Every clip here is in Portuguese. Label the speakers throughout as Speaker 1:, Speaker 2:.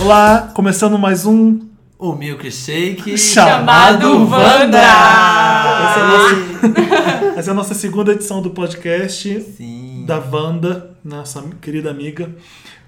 Speaker 1: Olá, começando mais um
Speaker 2: O milkshake
Speaker 1: Chamado
Speaker 2: Wanda.
Speaker 1: Essa é, a nossa, essa é a nossa segunda edição do podcast
Speaker 2: Sim.
Speaker 1: da Wanda, nossa querida amiga.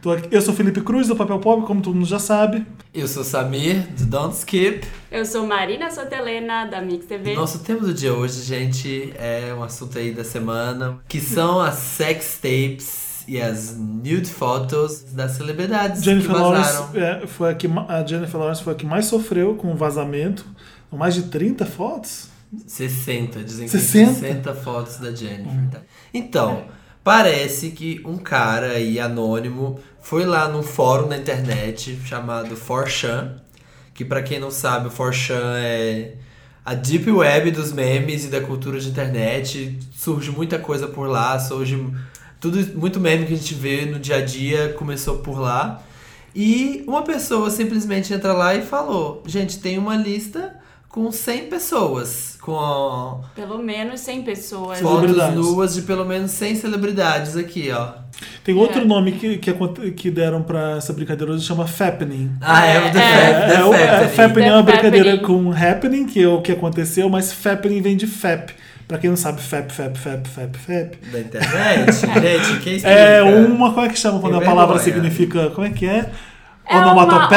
Speaker 1: Tô aqui- Eu sou Felipe Cruz, do Papel Pop, como todo mundo já sabe.
Speaker 2: Eu sou o Samir, do Don't Skip.
Speaker 3: Eu sou Marina Sotelena, da Mix TV.
Speaker 2: Nosso tema do dia hoje, gente, é um assunto aí da semana, que são as sex tapes e as nude photos das celebridades
Speaker 1: Jennifer
Speaker 2: que vazaram.
Speaker 1: Lawrence, é, foi a, que, ma- a Jennifer Lawrence foi a que mais sofreu com o vazamento. São Mais de 30 fotos?
Speaker 2: 60, dizem que
Speaker 1: 60?
Speaker 2: 60? 60 fotos da Jennifer. tá? Então, parece que um cara aí anônimo foi lá num fórum na internet chamado 4chan, que pra quem não sabe, o 4chan é a deep web dos memes e da cultura de internet. Surge muita coisa por lá, surge tudo muito meme que a gente vê no dia a dia começou por lá. E uma pessoa simplesmente entra lá e falou: "Gente, tem uma lista com 100 pessoas, com
Speaker 3: Pelo menos 100 pessoas.
Speaker 2: fotos
Speaker 1: Celebridades.
Speaker 2: nuas de pelo menos 100 celebridades aqui, ó.
Speaker 1: Tem outro
Speaker 3: É.
Speaker 1: nome que, que, aconte- que deram pra essa brincadeira hoje, chama Fappening.
Speaker 2: Ah, é o The
Speaker 3: É,
Speaker 2: Fap,
Speaker 1: o-
Speaker 2: The Fap.
Speaker 1: Fappening é uma
Speaker 3: The
Speaker 1: brincadeira
Speaker 3: Fappening.
Speaker 1: com happening, que é o que aconteceu, mas Fappening vem de Fap. Pra quem não sabe, Fap, Fap, Fap, Fap, Fap.
Speaker 2: Da internet, gente, quem explica?
Speaker 1: É uma. Como é que chama quando
Speaker 2: Tem
Speaker 1: a palavra
Speaker 2: vergonha.
Speaker 1: significa. Como é que é?
Speaker 3: É uma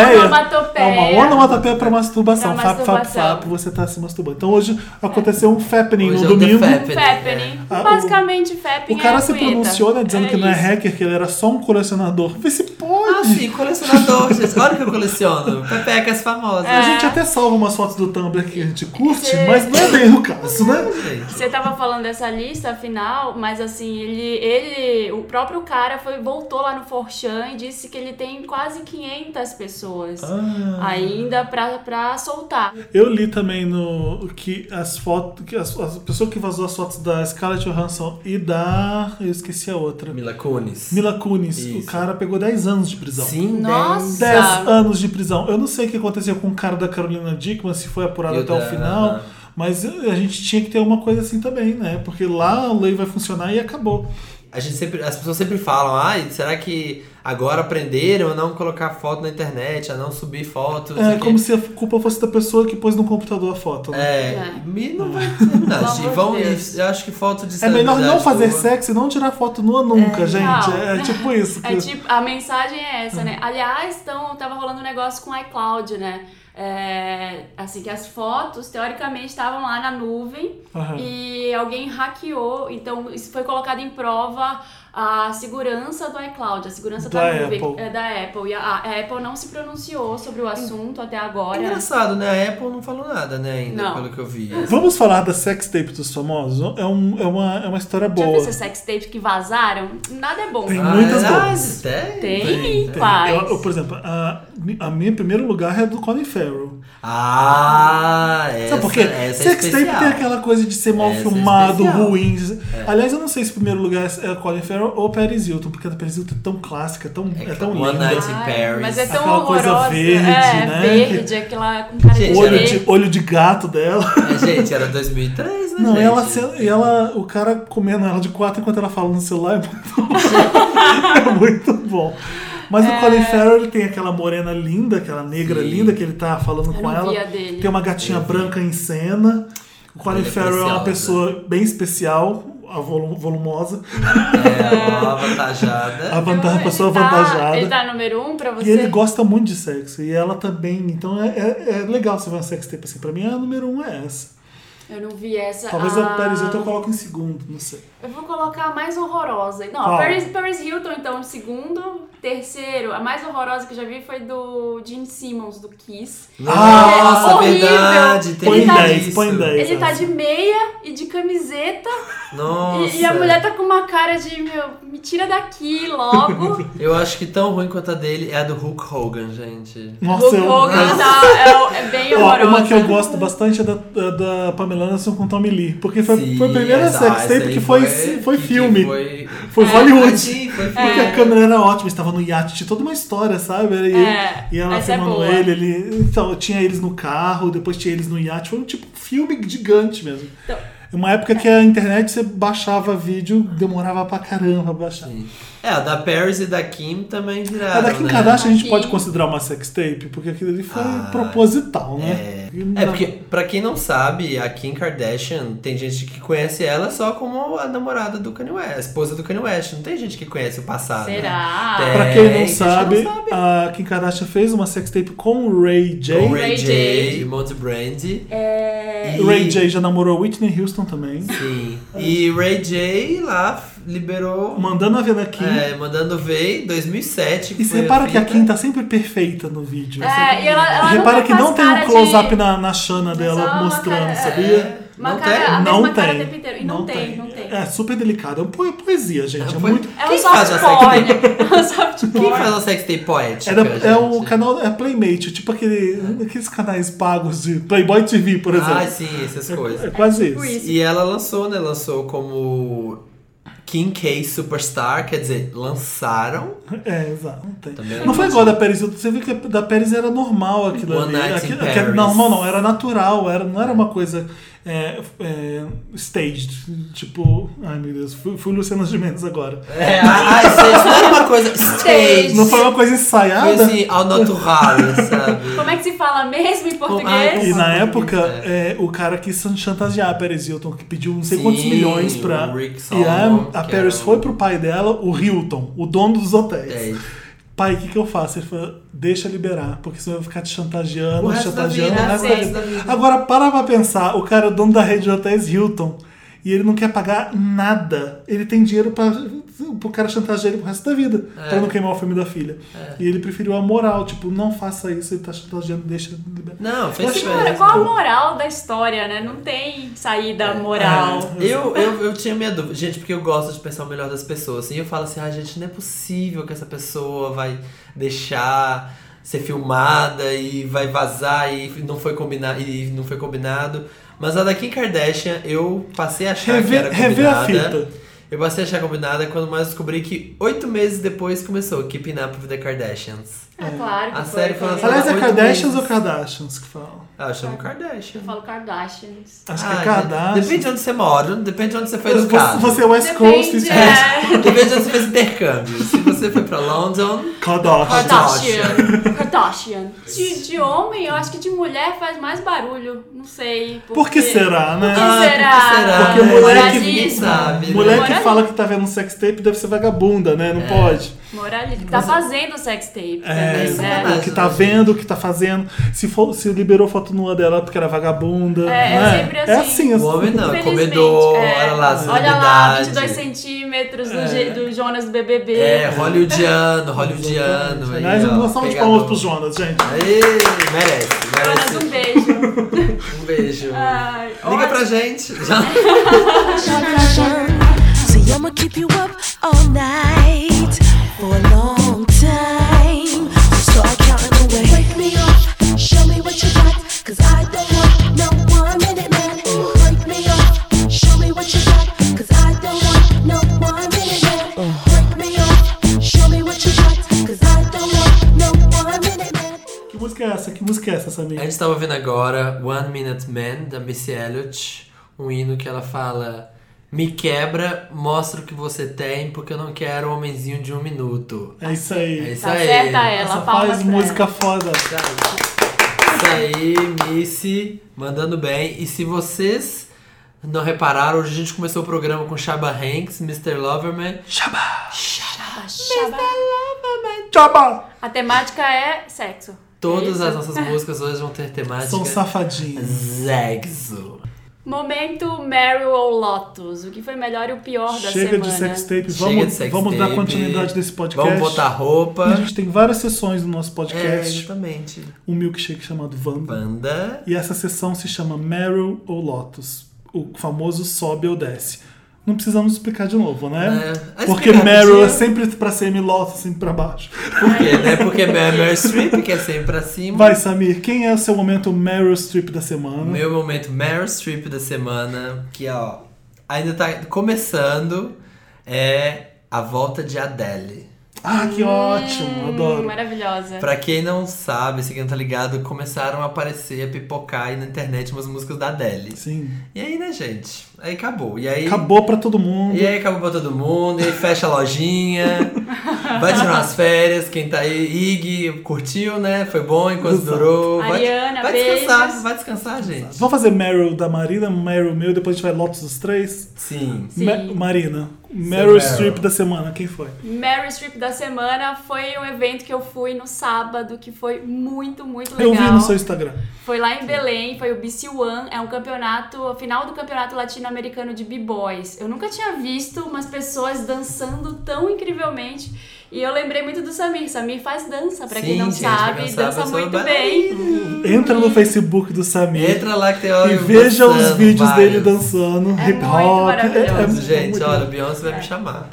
Speaker 3: onomatopeia.
Speaker 1: É uma onomatopeia pra masturbação.
Speaker 3: Pra
Speaker 1: Fap, fap,
Speaker 3: masturbação.
Speaker 1: fap, você tá se masturbando. Então hoje aconteceu um fappening
Speaker 2: Hoje
Speaker 1: no
Speaker 2: é o The
Speaker 1: domingo.
Speaker 2: Fap.
Speaker 3: Um Fappening.
Speaker 1: Ah, o-
Speaker 3: Basicamente, Fappening
Speaker 1: O cara
Speaker 3: é
Speaker 1: se
Speaker 3: punheta.
Speaker 1: pronunciou, né, dizendo que não é
Speaker 3: isso.
Speaker 1: hacker, que ele era só um colecionador. Vê se
Speaker 2: Ah,
Speaker 1: pode.
Speaker 2: sim, colecionador, gente. Olha o que eu coleciono. Pepecas famosas.
Speaker 1: A gente é até salva umas fotos do Tumblr que a gente curte,
Speaker 3: É. Sim.
Speaker 1: mas não é bem o caso, né?
Speaker 2: Gente,
Speaker 3: Você tava falando dessa lista final, mas assim, ele, ele o próprio cara foi voltou lá no Forchan e disse que ele tem quase 500 pessoas
Speaker 1: Ah.
Speaker 3: ainda pra, pra soltar.
Speaker 1: Eu li também no que as fotos, que as, as- a pessoa que vazou as fotos da Scarlett Johansson e da, eu esqueci a outra,
Speaker 2: Mila Kunis.
Speaker 1: Mila Kunis, o
Speaker 2: Isso.
Speaker 1: cara pegou 10 anos de prisão.
Speaker 2: Sim,
Speaker 3: Nossa.
Speaker 1: 10
Speaker 3: Tá.
Speaker 1: anos de prisão. Eu não sei o que aconteceu com o cara da Carolina Dickman, se foi apurado
Speaker 2: Eu
Speaker 1: até o
Speaker 2: da-
Speaker 1: final, mas a gente tinha que ter uma coisa assim também, né? Porque lá a lei vai funcionar e acabou.
Speaker 2: A gente sempre, as pessoas sempre falam, ai, será que agora aprenderam a não colocar foto na internet, a não subir foto? não sei
Speaker 1: É
Speaker 2: o quê?"
Speaker 1: como se a culpa fosse da pessoa que pôs no computador a foto. né?
Speaker 2: É,
Speaker 3: É.
Speaker 2: me não vai ter nada.
Speaker 3: Pelo
Speaker 2: gente.
Speaker 3: amor
Speaker 2: Vão,
Speaker 3: de Deus.
Speaker 2: eu acho que foto de
Speaker 1: É, melhor não
Speaker 2: celebridade
Speaker 1: fazer
Speaker 2: tua-
Speaker 1: sexo e não tirar foto nua nunca, gente.
Speaker 3: Não.
Speaker 1: É, tipo isso.
Speaker 3: É
Speaker 1: que-
Speaker 3: tipo, a mensagem é essa, né? Aliás, tão, tava rolando um negócio com o iCloud, né? É, assim, que as fotos, teoricamente, estavam lá na nuvem
Speaker 1: Aham.
Speaker 3: e alguém hackeou. Então, isso foi colocado em prova a segurança do iCloud, a segurança da,
Speaker 1: Da
Speaker 3: nuvem
Speaker 1: Apple.
Speaker 3: é, da Apple. E a, a Apple não se pronunciou sobre o
Speaker 2: Hum.
Speaker 3: assunto até
Speaker 2: É
Speaker 3: agora.
Speaker 2: engraçado, né? A Apple não falou nada, né, ainda,
Speaker 3: Não.
Speaker 2: pelo que eu vi.
Speaker 1: Vamos falar da sex tape dos famosos? É, um- é uma, é uma história
Speaker 3: Já
Speaker 1: boa.
Speaker 3: viu esses sex tapes que vazaram? Nada é bom.
Speaker 1: Tem muitas boas.
Speaker 2: boas. Ah, Tem?
Speaker 3: Tem,
Speaker 1: Tem.
Speaker 3: quais?
Speaker 1: É, Eu- eu, por exemplo, a, a minha em primeiro lugar é do Colin Farrell.
Speaker 2: Ah, essa,
Speaker 1: Sabe por quê?
Speaker 2: essa é
Speaker 1: sex tape
Speaker 2: especial.
Speaker 1: tem aquela coisa de ser mal
Speaker 2: Essa é
Speaker 1: filmado,
Speaker 2: especial. É.
Speaker 1: ruim. Aliás, eu não sei se em primeiro lugar é Colin Farrell ou Paris Hilton, porque a Paris Hilton é tão clássica, é tão, é
Speaker 2: É
Speaker 1: tão
Speaker 2: que One
Speaker 1: linda.
Speaker 2: Night in
Speaker 3: Ai,
Speaker 2: Paris.
Speaker 3: Mas é tão
Speaker 1: Aquela coisa
Speaker 3: horrorosa.
Speaker 1: verde,
Speaker 3: é,
Speaker 1: né?
Speaker 3: verde, aquela com cara de
Speaker 2: Gente, tipo
Speaker 1: Olho
Speaker 3: verde.
Speaker 1: de, olho de gato dela.
Speaker 2: É, Gente, era 2003, né,
Speaker 1: Não,
Speaker 2: gente?
Speaker 1: ela, se- e ela, o cara comendo ela de quatro enquanto ela fala no celular é muito, é muito bom. Mas
Speaker 3: É.
Speaker 1: o Colin Farrell ele tem aquela morena linda, aquela negra
Speaker 2: Sim.
Speaker 1: linda que ele tá falando com
Speaker 3: não
Speaker 1: ela.
Speaker 3: vi a dele.
Speaker 1: Tem uma gatinha branca em cena. O Colin
Speaker 2: Ele é
Speaker 1: Farrell é uma
Speaker 2: preciosa.
Speaker 1: pessoa bem especial, a volu- volumosa,
Speaker 2: É, uma
Speaker 1: a
Speaker 2: avantajada.
Speaker 1: vanta-
Speaker 3: Então,
Speaker 1: pessoa
Speaker 3: ele tá-
Speaker 1: avantajada.
Speaker 3: Ele tá número um pra
Speaker 1: E
Speaker 3: você.
Speaker 1: ele gosta muito de sexo, e ela também. Então é, é- é legal você ver uma sex tape assim. Pra mim, a número um é essa.
Speaker 3: Eu não vi essa.
Speaker 1: Talvez
Speaker 3: ah,
Speaker 1: a Paris Hilton eu coloque em segundo, não sei.
Speaker 3: Eu vou colocar a mais horrorosa. Não,
Speaker 1: Qual?
Speaker 3: a Paris, Paris Hilton, então, em segundo. Terceiro, a mais horrorosa que eu já vi foi do Gene Simmons, do Kiss.
Speaker 2: Nossa,
Speaker 3: Horrível.
Speaker 2: verdade. Tem
Speaker 1: Ah, Põe
Speaker 3: Ele tá-
Speaker 1: 10,
Speaker 2: isso.
Speaker 1: põe 10.
Speaker 3: Ele tá de meia e de camiseta.
Speaker 2: Nossa.
Speaker 3: E, e a mulher tá com uma cara de, meu, me tira daqui logo.
Speaker 2: Eu acho que tão ruim quanto a dele é a do Hulk Hogan, gente.
Speaker 1: Nossa, eu-
Speaker 3: o Hogan tá, é, é bem
Speaker 1: Ó,
Speaker 3: horrorosa.
Speaker 1: uma que eu gosto bastante é da, da, da Pamela Anderson com Tommy Lee. Porque foi,
Speaker 2: Sim,
Speaker 1: foi a primeira
Speaker 2: essa-
Speaker 1: sex
Speaker 2: essa
Speaker 1: tape
Speaker 2: aí
Speaker 1: que foi, foi,
Speaker 2: que- que
Speaker 1: filme. Foi,
Speaker 2: Foi,
Speaker 3: É,
Speaker 1: Hollywood.
Speaker 2: Sim, foi filme.
Speaker 1: Porque a câmera era ótima, estava no iate, tinha toda uma história, sabe? Era- e-
Speaker 3: É,
Speaker 1: e ela
Speaker 3: essa é
Speaker 1: filmando
Speaker 3: boa.
Speaker 1: ele, ele. Então, tinha eles no carro, depois tinha eles no iate. Foi um tipo um filme gigante mesmo.
Speaker 3: Então,
Speaker 1: Uma época que a internet você baixava vídeo, demorava pra caramba pra baixar.
Speaker 2: É, a da Paris e da Kim também viraram.
Speaker 1: A da Kim
Speaker 2: né?
Speaker 1: Kardashian a gente
Speaker 3: Aqui.
Speaker 1: pode considerar uma sextape, porque aquilo ali foi
Speaker 2: Ah,
Speaker 1: proposital, né?
Speaker 2: É, porque, pra quem não sabe, a Kim Kardashian, tem gente que conhece ela só como a namorada do Kanye West, a esposa do Kanye West. Não tem gente que conhece o passado. né?
Speaker 3: Será?
Speaker 2: Tem.
Speaker 1: Pra quem
Speaker 2: É,
Speaker 1: não
Speaker 2: a gente
Speaker 1: sabe,
Speaker 2: não sabe.
Speaker 1: a Kim Kardashian fez uma sextape com o Ray J.
Speaker 2: Com
Speaker 1: Ray...
Speaker 2: Ray
Speaker 3: Ray
Speaker 2: J,
Speaker 3: J.
Speaker 2: Monte Brandy.
Speaker 3: É...
Speaker 2: E-
Speaker 1: J já namorou Whitney Houston também.
Speaker 2: Sim. E Ray J lá liberou.
Speaker 1: Mandando a ver da Kim.
Speaker 2: é, mandando ver em 2007.
Speaker 1: e você
Speaker 2: foi assim, né?
Speaker 1: repara que a
Speaker 2: fita.
Speaker 1: Kim tá sempre perfeita no vídeo.
Speaker 3: É, e ela, ela
Speaker 1: repara
Speaker 3: nunca
Speaker 1: que não
Speaker 3: faz
Speaker 1: tem
Speaker 3: cara
Speaker 1: um close-up
Speaker 3: de...
Speaker 1: na, na Xana dela
Speaker 3: Só uma
Speaker 1: mostrando,
Speaker 3: cara- é,
Speaker 1: sabia?
Speaker 3: Uma
Speaker 2: Não
Speaker 3: cara,
Speaker 2: tem?
Speaker 3: a
Speaker 1: não
Speaker 3: mesma
Speaker 1: tem.
Speaker 3: cara o tempo inteiro. E não, tem, não tem.
Speaker 1: É super delicado. É po- poesia, gente. É,
Speaker 2: Foi-
Speaker 1: muito.
Speaker 3: É um
Speaker 2: Quem
Speaker 3: soft
Speaker 2: faz a
Speaker 3: porn.
Speaker 2: sextape?
Speaker 3: É um soft
Speaker 2: Quem
Speaker 3: porn.
Speaker 2: faz a sextape poética?
Speaker 1: É, da- é o
Speaker 2: gente? É.
Speaker 1: canal, é Playmate, tipo aquele, aqueles canais pagos de Playboy TV, por exemplo.
Speaker 2: Ah, sim, essas coisas.
Speaker 1: É quase
Speaker 3: Tipo
Speaker 1: isso.
Speaker 3: isso.
Speaker 2: E ela lançou, né? Lançou como Kim K Superstar, quer dizer, lançaram.
Speaker 1: É, exato. Não, tem.
Speaker 2: Também
Speaker 1: não
Speaker 2: não
Speaker 1: foi igual a da Pérez. Você viu que a da Pérez era normal aquilo
Speaker 2: One
Speaker 1: ali.
Speaker 2: Night in
Speaker 1: Aquilo-
Speaker 2: Paris.
Speaker 1: aquilo- não, não, não. Era natural. Era, não era uma coisa é, é, staged. Tipo, ai meu Deus, fui, fui Luciana Gimenez agora.
Speaker 2: É, ah, isso isso não era uma coisa stage.
Speaker 1: Não foi uma coisa
Speaker 2: Foi
Speaker 1: ensaiada.
Speaker 2: assim, ao natural, sabe?
Speaker 3: Como é que se fala mesmo em
Speaker 2: ai,
Speaker 1: E
Speaker 3: português?
Speaker 1: na
Speaker 2: Exato,
Speaker 1: época, é,
Speaker 2: é.
Speaker 1: o cara quis san- chantagear a Paris Hilton, que pediu não sei quantos
Speaker 2: Sim,
Speaker 1: milhões pra.
Speaker 2: o Rick
Speaker 1: e
Speaker 2: Solomon,
Speaker 1: a, a
Speaker 2: que
Speaker 1: Paris
Speaker 2: era o-
Speaker 1: foi pro pai dela, o Hilton, o dono dos hotéis.
Speaker 2: É isso.
Speaker 1: Pai, o que, que eu faço? Ele falou, deixa liberar, porque senão eu vou ficar te chantageando,
Speaker 2: O resto da
Speaker 1: chantageando.
Speaker 2: vida,
Speaker 1: o resto da
Speaker 2: sim.
Speaker 1: vida." Agora, para pra pensar, o cara é dono da rede de hotéis Hilton e ele não quer pagar nada. Ele tem dinheiro pra, pro cara chantagear ele pro resto da vida, pra não queimar o filme da filha. E ele preferiu a moral, tipo, não faça isso, ele tá chantageando, deixa ele liberar.
Speaker 2: Não, fez
Speaker 3: Que
Speaker 2: fez.
Speaker 3: mora- Qual a moral da história, né? Não tem saída moral.
Speaker 2: Eu, eu, eu tinha minha dúvida, gente, porque eu gosto de pensar o melhor das pessoas. Assim, eu falo assim, ah, gente, não é possível que essa pessoa vai deixar ser filmada e vai vazar e não foi combinado. E não foi combinado. Mas a da Kim Kardashian, eu passei a achar que
Speaker 1: Rever-
Speaker 2: era
Speaker 1: rever a
Speaker 2: combinada.
Speaker 1: fita.
Speaker 2: Eu passei a achar combinada quando mais descobri que oito meses depois começou Keeping Up with the Kardashians.
Speaker 3: É claro que
Speaker 2: A
Speaker 3: foi.
Speaker 2: série foi lançada-
Speaker 1: Aliás, é
Speaker 2: Oito
Speaker 1: Kardashians
Speaker 2: meses.
Speaker 1: ou Kardashians que falam?
Speaker 2: Ah, eu chamo Kardashian.
Speaker 3: Eu falo Kardashians.
Speaker 1: Acho
Speaker 2: Ah,
Speaker 1: que é
Speaker 2: gente,
Speaker 1: Kardashians.
Speaker 2: Depende de onde você mora, depende de onde você foi
Speaker 1: Você-
Speaker 2: educado.
Speaker 1: Você é West Coast,
Speaker 3: Depende,
Speaker 1: isso
Speaker 3: é.
Speaker 2: Depende de onde você fez intercâmbio. Se você foi pra London,
Speaker 1: Kardashians.
Speaker 3: Kardashian. Kardashian. De, de homem, eu acho que de mulher faz mais barulho. Não sei. Por,
Speaker 1: Por que
Speaker 3: quê.
Speaker 1: será, né?
Speaker 3: Por que
Speaker 2: Ah, por que
Speaker 3: será?
Speaker 2: será?
Speaker 1: Porque mulher que-
Speaker 3: Moralismo.
Speaker 2: sabe, né?
Speaker 1: Mulher que
Speaker 3: Moralismo.
Speaker 1: fala que tá vendo um sextape deve ser vagabunda, né?
Speaker 2: É.
Speaker 1: Não pode.
Speaker 3: Moralismo. Que tá fazendo sex tape.
Speaker 1: É,
Speaker 3: também, né?
Speaker 1: o que tá vendo, o que tá fazendo. Se, for, se liberou foto nua dela porque era vagabunda.
Speaker 3: É, é
Speaker 1: não
Speaker 3: sempre
Speaker 1: É
Speaker 3: assim.
Speaker 1: assim.
Speaker 2: o homem não, é
Speaker 3: Infelizmente,
Speaker 2: comedor,
Speaker 3: é.
Speaker 2: olha lá,
Speaker 3: Olha lá,
Speaker 2: celebridade.
Speaker 3: 22 centímetros do, G- do Jonas do BBB.
Speaker 2: É, hollywoodiano, hollywoodiano. aí,
Speaker 1: Aliás,
Speaker 2: é ó,
Speaker 1: uma salva né? de
Speaker 2: pegador.
Speaker 1: palmas pro Jonas, gente.
Speaker 2: Aê, merece,
Speaker 3: Jonas,
Speaker 2: merece.
Speaker 3: um beijo. Ah,
Speaker 2: Um beijo.
Speaker 3: Ai,
Speaker 2: Liga
Speaker 3: ótimo.
Speaker 2: pra gente. Já.
Speaker 4: See, I'ma keep you up all night for a long time. So I counting away. Wake me up, show me what you got, cause I don't want no one minute man. Wake me up, show me what you got, cause I don't want no one minute man. Wake me up, show me what you got, cause I don't want no one minute man.
Speaker 1: Que música é essa? Que música é essa, Samir?
Speaker 2: A gente tá ouvindo agora One Minute Man, da Missy Elliott. Um hino que ela fala... Me quebra, mostra o que você tem, porque eu não quero um homenzinho de um minuto.
Speaker 1: É isso
Speaker 2: É
Speaker 1: aí.
Speaker 2: isso
Speaker 3: Tá
Speaker 2: aí.
Speaker 3: certa ela,
Speaker 1: Essa
Speaker 3: palmas
Speaker 1: faz
Speaker 3: pra
Speaker 1: música foda.
Speaker 2: Isso aí, Missy, mandando bem. E se vocês não repararam, hoje a gente começou o programa com Shaba Hanks, Mr. Loverman.
Speaker 3: ela. Xaba.
Speaker 1: Tchaba!
Speaker 3: Ah, A temática é sexo. É
Speaker 2: Todas
Speaker 3: isso?
Speaker 2: as nossas músicas hoje vão ter temática
Speaker 1: São safadinhos.
Speaker 2: sexo.
Speaker 3: Momento Meryl ou Lotus. O que foi melhor e o pior da
Speaker 1: Chega
Speaker 3: semana?
Speaker 1: de sextape.
Speaker 2: Chega de
Speaker 1: Vamos,
Speaker 2: sex
Speaker 1: vamos dar
Speaker 2: tape,
Speaker 1: continuidade desse podcast.
Speaker 2: Vamos botar
Speaker 1: A
Speaker 2: roupa.
Speaker 1: gente tem várias sessões no nosso
Speaker 2: É,
Speaker 1: podcast.
Speaker 2: exatamente.
Speaker 1: um milkshake chamado Wanda.
Speaker 2: Banda.
Speaker 1: E essa sessão se chama Meryl ou Lotus. O famoso sobe ou desce. Não precisamos explicar de novo, né?
Speaker 2: É,
Speaker 1: Porque
Speaker 2: explicar,
Speaker 1: Meryl
Speaker 2: podia.
Speaker 1: é sempre pra cima e Lotus sempre pra baixo.
Speaker 2: Por quê? Né? Porque Meryl Streep, que é sempre pra cima.
Speaker 1: Vai, Samir, quem é o seu momento Meryl Streep da semana?
Speaker 2: Meu momento Meryl Streep da semana, que ó, ainda tá começando, é a volta de Adele.
Speaker 1: Ah, que ótimo, adoro.
Speaker 3: Hum, Maravilhosa.
Speaker 2: Pra quem não sabe, se quem não tá ligado, começaram a aparecer, a pipocar aí na internet umas músicas da Adele.
Speaker 1: Sim.
Speaker 2: E aí, né, gente? Aí acabou. E aí.
Speaker 1: Acabou pra todo mundo.
Speaker 2: E aí acabou pra todo mundo, e aí fecha a lojinha, vai tirar umas férias, quem tá aí, Ig, curtiu, né? Foi bom enquanto
Speaker 1: Exato.
Speaker 2: durou. Vai,
Speaker 3: Ariana,
Speaker 2: vai descansar,
Speaker 3: beijos.
Speaker 2: vai descansar, gente.
Speaker 1: Vamos fazer Meryl da Marina, Meryl meu, depois a gente vai Lotus dos três.
Speaker 2: Sim.
Speaker 3: Sim.
Speaker 1: Ma- Marina, Meryl
Speaker 2: Meryl.
Speaker 1: Streep da semana, quem foi?
Speaker 3: Mary Strip da semana foi um evento que eu fui no sábado, que foi muito, muito
Speaker 1: Eu
Speaker 3: legal.
Speaker 1: vi no seu Instagram.
Speaker 3: Foi lá em Belém, foi o BC One, é um campeonato, a final do campeonato latino-americano de b-boys. Eu nunca tinha visto umas pessoas dançando tão incrivelmente. E eu lembrei muito do Samir. Samir faz dança, pra quem
Speaker 2: Sim,
Speaker 3: não
Speaker 2: gente, pra
Speaker 3: sabe,
Speaker 2: quem não
Speaker 3: dança
Speaker 2: sabe, eu sou
Speaker 3: muito
Speaker 2: bailarina.
Speaker 3: bem.
Speaker 1: Entra no Facebook do Samir
Speaker 2: Entra lá que tem hora
Speaker 1: Uhum. e
Speaker 2: eu
Speaker 1: veja os
Speaker 2: dançando
Speaker 1: vídeos
Speaker 2: vários.
Speaker 1: dele dançando,
Speaker 3: É
Speaker 1: hip
Speaker 3: muito
Speaker 1: hop.
Speaker 3: maravilhoso.
Speaker 2: Gente,
Speaker 1: muito
Speaker 2: olha,
Speaker 1: bom.
Speaker 2: Beyoncé
Speaker 3: É.
Speaker 2: vai me chamar.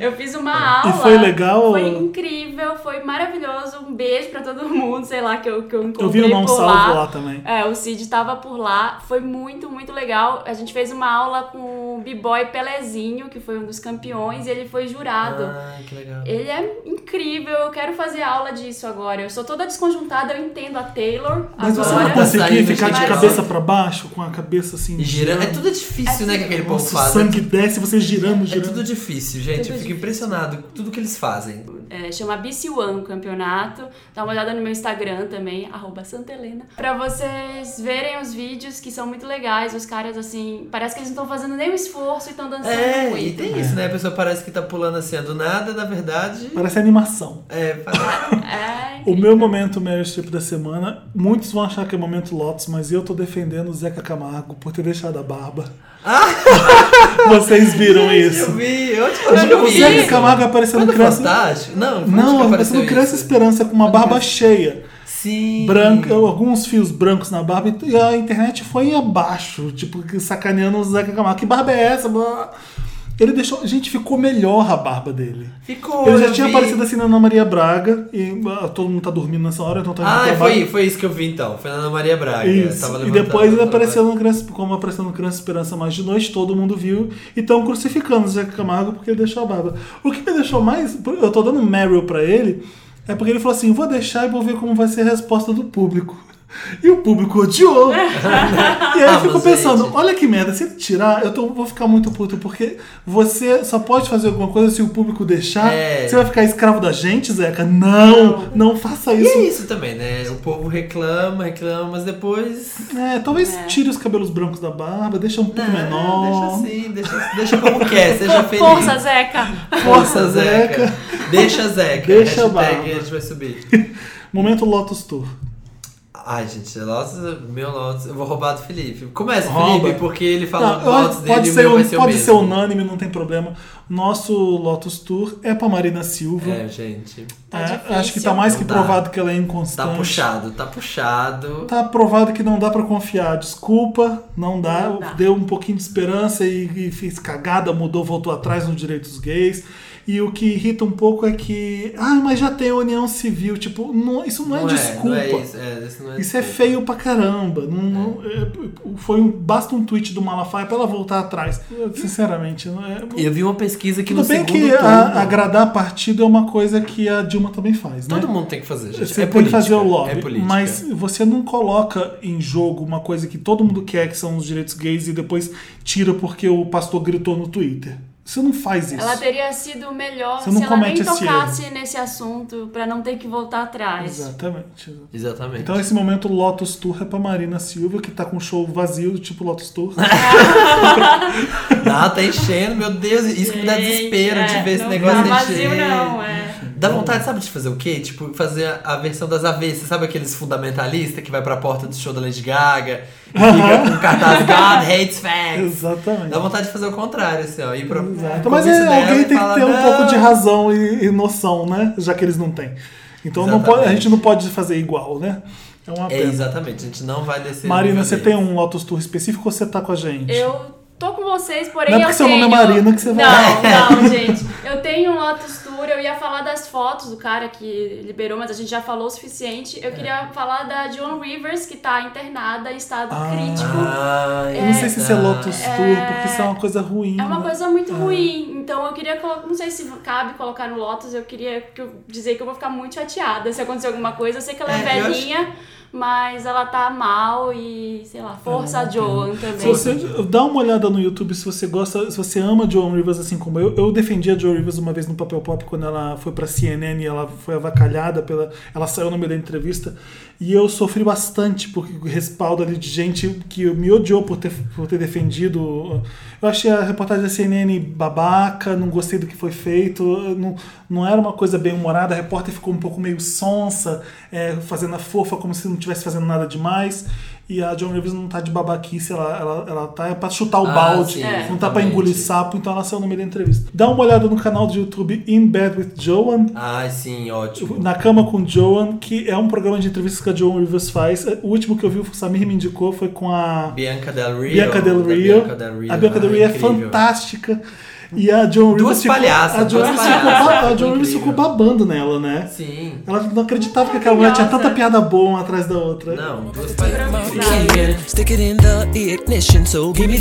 Speaker 3: Eu fiz uma aula.
Speaker 1: E foi legal?
Speaker 3: Foi incrível, foi maravilhoso. Um beijo pra todo mundo, sei lá, que eu, que eu encontrei
Speaker 1: eu vi o Não
Speaker 3: por
Speaker 1: Salvo lá também.
Speaker 3: É, o Cid tava por lá, foi muito, muito legal. A gente fez uma aula com o B-Boy Pelezinho, que foi um dos campeões, e ele foi jurado.
Speaker 2: Ah, que legal.
Speaker 3: Ele é incrível, eu quero fazer aula disso agora. Eu sou toda desconjuntada, eu entendo a Taylor
Speaker 1: Mas você
Speaker 3: agora.
Speaker 1: não tá conseguia
Speaker 2: Saindo,
Speaker 1: ficar de
Speaker 3: gente,
Speaker 1: cabeça
Speaker 2: ó.
Speaker 1: pra baixo, com a cabeça assim.
Speaker 2: E girando. É
Speaker 1: girando?
Speaker 2: tudo difícil, né, que aquele povo
Speaker 1: Nossa, o
Speaker 2: faz. É
Speaker 1: sangue desce, você girando,
Speaker 2: É
Speaker 1: girando.
Speaker 2: tudo difícil, gente. eu
Speaker 3: Tudo
Speaker 2: fico
Speaker 3: difícil.
Speaker 2: impressionado com tudo que eles fazem.
Speaker 3: É, chama BC One o campeonato. Dá uma olhada no meu Instagram também, arroba Santa Helena. Pra vocês verem os vídeos que são muito legais. Os caras, assim, parece que eles não estão fazendo nenhum esforço e estão dançando
Speaker 2: É, e
Speaker 3: muito.
Speaker 2: tem isso, né? A pessoa parece que tá pulando assim do nada, na verdade.
Speaker 1: Parece animação.
Speaker 2: É, parece.
Speaker 3: É,
Speaker 1: O meu momento Meryl Streep da semana, muitos vão achar que é o momento Lotus, mas eu tô defendendo o Zeca Camargo por ter deixado a barba. Vocês viram
Speaker 2: Ah! Eu
Speaker 1: isso?
Speaker 2: vi, onde foi que eu
Speaker 1: O
Speaker 2: vi?
Speaker 1: Zeca
Speaker 2: isso?
Speaker 1: Camargo apareceu
Speaker 2: Foi
Speaker 1: no
Speaker 2: no
Speaker 1: tá Criança...
Speaker 2: Fantástico? Não, foi onde
Speaker 1: Não,
Speaker 2: que
Speaker 1: apareceu no
Speaker 2: isso?
Speaker 1: Criança Esperança com uma barba cheia.
Speaker 2: Sim.
Speaker 1: branca, alguns fios brancos na barba e a internet foi abaixo, tipo, sacaneando o Zeca Camargo. Que barba é essa? Blá. Ele deixou. Gente, ficou melhor a barba dele.
Speaker 2: Ficou.
Speaker 1: Ele já
Speaker 2: eu
Speaker 1: tinha
Speaker 2: vi.
Speaker 1: aparecido assim na Ana Maria Braga e ah, todo mundo tá dormindo nessa hora, então tá indo pro
Speaker 2: Ah,
Speaker 1: trabalho.
Speaker 2: foi, foi isso que eu vi então. Foi na Ana Maria Braga.
Speaker 1: Isso.
Speaker 2: Tava
Speaker 1: E
Speaker 2: levantando,
Speaker 1: depois ele
Speaker 2: tava
Speaker 1: apareceu no Criança, como apareceu no Criança Esperança mais de noite, todo mundo viu. E estão crucificando o Zeca Camargo porque ele deixou a barba. O que me deixou mais. Eu tô dando Meryl pra ele, é porque ele falou assim: vou deixar e vou ver como vai ser a resposta do público. E o público odiou. e aí eu
Speaker 2: Ah,
Speaker 1: fico
Speaker 2: mas,
Speaker 1: pensando,
Speaker 2: gente.
Speaker 1: olha que merda, se ele tirar, eu tô- vou ficar muito puto, porque você só pode fazer alguma coisa se o público deixar.
Speaker 2: É.
Speaker 1: Você vai ficar escravo da gente, Zeca? Não, não faça
Speaker 2: E
Speaker 1: isso.
Speaker 2: é isso também, né? O povo reclama, reclama, mas depois.
Speaker 1: É, talvez tire os cabelos brancos da barba, deixa um pouco
Speaker 2: Ah,
Speaker 1: menor.
Speaker 2: Deixa assim, deixa, deixa como quer, seja feliz.
Speaker 3: Força, Zeca!
Speaker 2: Força, Zeca. Deixa, Zeca.
Speaker 1: Deixa a
Speaker 2: Hashtag
Speaker 1: barba.
Speaker 2: a gente vai subir.
Speaker 1: Momento Lotus Tour.
Speaker 2: Ai, gente, nossa, meu Lotus. Eu vou roubar do Felipe. Começa,
Speaker 1: Rouba.
Speaker 2: Felipe, porque ele fala
Speaker 1: Tá,
Speaker 2: o Lotus
Speaker 1: eu-
Speaker 2: dele
Speaker 1: pode
Speaker 2: e o
Speaker 1: ser,
Speaker 2: meu
Speaker 1: um-
Speaker 2: vai ser o
Speaker 1: pode
Speaker 2: mesmo.
Speaker 1: ser unânime, não tem problema. Nosso Lotus Tour é pra Marina Silva.
Speaker 2: É, gente.
Speaker 3: Tá
Speaker 1: É,
Speaker 3: difícil.
Speaker 1: acho que tá mais
Speaker 2: Não
Speaker 1: que
Speaker 2: dá.
Speaker 1: provado que ela é
Speaker 2: Tá
Speaker 1: inconstante.
Speaker 2: puxado, tá puxado.
Speaker 1: Tá provado que não dá pra confiar. Desculpa, não dá.
Speaker 3: Não dá.
Speaker 1: Deu um pouquinho de esperança e, e fez cagada, mudou, voltou atrás no direito dos gays. E o que irrita um pouco é que. Ah, mas já tem a união civil. Tipo, não- isso não, é, desculpa.
Speaker 2: Não é isso, é, isso não é
Speaker 1: Isso é
Speaker 2: desculpa.
Speaker 1: feio pra caramba. Não, não- é, foi um, basta um tweet do Malafaia pra ela voltar atrás. Sinceramente, não é.
Speaker 2: Eu vi uma pesquisa que
Speaker 1: Tudo
Speaker 2: É, no
Speaker 1: bem
Speaker 2: segundo
Speaker 1: que
Speaker 2: né? turno...
Speaker 1: a- agradar partido é uma coisa que a Dilma também faz, né?
Speaker 2: Todo mundo tem que fazer, gente.
Speaker 1: Você
Speaker 2: é
Speaker 1: tem
Speaker 2: política,
Speaker 1: que fazer o lobby,
Speaker 2: É política.
Speaker 1: mas você não coloca em jogo uma coisa que todo mundo quer, que são os direitos gays, e depois tira porque o pastor gritou no Twitter. Você não faz isso.
Speaker 3: Ela teria sido melhor
Speaker 1: Você não
Speaker 3: se ela nem
Speaker 1: comete esse
Speaker 3: tocasse nesse assunto pra não ter que voltar atrás.
Speaker 1: Exatamente. exatamente.
Speaker 2: Exatamente.
Speaker 1: Então esse momento Lotus Tour é pra Marina Silva, que tá com show vazio, tipo Lotus Tour.
Speaker 2: Dá, tá enchendo, meu Deus. Isso que me dá
Speaker 3: Gente,
Speaker 2: desespero de
Speaker 3: é,
Speaker 2: ver esse
Speaker 3: não
Speaker 2: negócio
Speaker 3: tá vazio,
Speaker 2: encher.
Speaker 3: não, é.
Speaker 2: Dá vontade, sabe, de fazer o quê? Tipo, fazer a a versão das avessas. Sabe aqueles fundamentalistas que vai pra porta do show da Lady Gaga e fica com o cartaz God hates facts.
Speaker 1: Exatamente.
Speaker 2: Dá vontade de fazer o contrário, assim, ó. Ir pra,
Speaker 1: Exato.
Speaker 2: pro
Speaker 1: Mas
Speaker 2: convite
Speaker 1: é,
Speaker 2: dela
Speaker 1: alguém
Speaker 2: e
Speaker 1: tem que
Speaker 2: falar,
Speaker 1: ter um
Speaker 2: "Não".
Speaker 1: pouco de razão e, e noção, né? Já que eles não têm. Então não pode- a gente não pode fazer igual, né? É uma
Speaker 2: É,
Speaker 1: pena.
Speaker 2: exatamente. A gente não vai descer.
Speaker 1: Marina,
Speaker 2: nível
Speaker 1: você tem
Speaker 2: dele.
Speaker 1: um Lotus Tour específico ou você tá com a gente?
Speaker 3: Eu tô com vocês, porém
Speaker 1: Não é
Speaker 3: eu
Speaker 1: porque seu nome é
Speaker 3: tenho...
Speaker 1: Marina que você vai-
Speaker 3: Não, não, gente. Eu tenho um Lotus Tour, eu ia falar das fotos do cara que liberou, mas a gente já falou o suficiente.
Speaker 1: É.
Speaker 3: Eu queria falar da Joan Rivers, que tá internada em estado
Speaker 1: Ah.
Speaker 3: crítico.
Speaker 2: Ai,
Speaker 1: Eu não sei se isso é
Speaker 2: tá.
Speaker 1: Lotus Tour, porque isso é uma coisa ruim.
Speaker 3: É uma
Speaker 1: né?
Speaker 3: coisa muito ruim. Então eu queria colocar, não sei se cabe colocar no Lotus, eu queria que eu- dizer que eu vou ficar muito chateada se acontecer alguma coisa. Eu sei que ela é,
Speaker 2: É, eu acho-
Speaker 3: velhinha, mas ela tá mal e, sei lá, força a Joan
Speaker 1: Ah, Se
Speaker 3: também.
Speaker 1: você dá uma olhada no YouTube se você gosta, se você ama Joan Rivers assim como eu. Eu defendi a Joan Rivers uma vez no Papel Pop quando ela foi pra CNN e ela foi avacalhada pela ela saiu no meio da entrevista e eu sofri bastante porque o respaldo ali de gente que me odiou por ter por ter defendido. Eu achei a reportagem da CNN babaca, não gostei do que foi feito, não, não era uma coisa bem humorada, a repórter ficou um pouco meio sonsa, é, fazendo a fofa como se não estivesse fazendo nada demais. E a John Rivers não tá de babaquice, ela, ela, ela tá é pra chutar o
Speaker 2: Ah,
Speaker 1: balde,
Speaker 2: sim,
Speaker 1: não tá pra
Speaker 2: exatamente.
Speaker 1: engolir sapo, então ela saiu no meio da entrevista. Dá uma olhada no canal do YouTube In Bed with Joan,
Speaker 2: Ai, sim, ótimo.
Speaker 1: na Cama com Joan, que é um programa de entrevistas que a Joan Rivers faz. O último que eu vi, o Samir me indicou, foi com a
Speaker 2: Bianca Del Rio.
Speaker 1: Bianca Del
Speaker 2: da
Speaker 1: Rio.
Speaker 2: Bianca Del Rio.
Speaker 1: A Bianca Del
Speaker 2: Ai,
Speaker 1: Rio é
Speaker 2: incrível.
Speaker 1: fantástica. E a Joan Rivers.
Speaker 2: Duas
Speaker 1: ficou-
Speaker 2: palhaças,
Speaker 1: A Joan
Speaker 2: duas
Speaker 1: Rivers
Speaker 2: palhaças.
Speaker 1: ficou, ba- a Joan Rivers
Speaker 2: Incrível.
Speaker 1: ficou babando nela, né?
Speaker 2: Sim.
Speaker 1: Ela não acreditava que aquela mulher tinha tanta
Speaker 3: Maravilhosa.
Speaker 1: piada boa uma atrás da outra.
Speaker 2: Não, duas palhaças.
Speaker 3: Improvisado.
Speaker 2: incríveis.
Speaker 5: Stick it in the ignition, so give me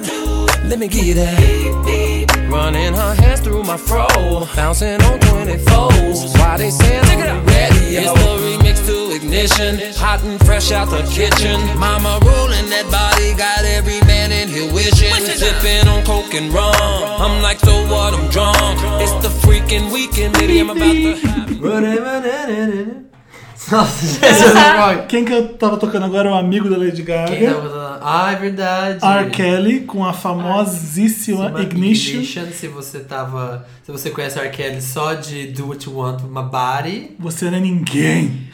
Speaker 5: that. Let me get that. Running her hands through my fro, bouncing on 24s. Why they saying take it out? Ready, it's the remix to ignition, hot and fresh out the kitchen. Mama rolling that body, got every man in here wishing. Sipping on coke and rum, I'm like so what? I'm drunk. It's the freaking weekend, baby. I'm about to.
Speaker 2: Nossa, Jesus Rock.
Speaker 1: Quem que eu tava tocando agora é um amigo da Lady Gaga.
Speaker 2: Quem tá botando- Ah, é verdade.
Speaker 1: R. Kelly com a famosíssima
Speaker 2: Uma
Speaker 1: Ignition.
Speaker 2: Se você tava. Se você conhece a R. Kelly só de Do What You Want With My Body.
Speaker 1: Você não é ninguém.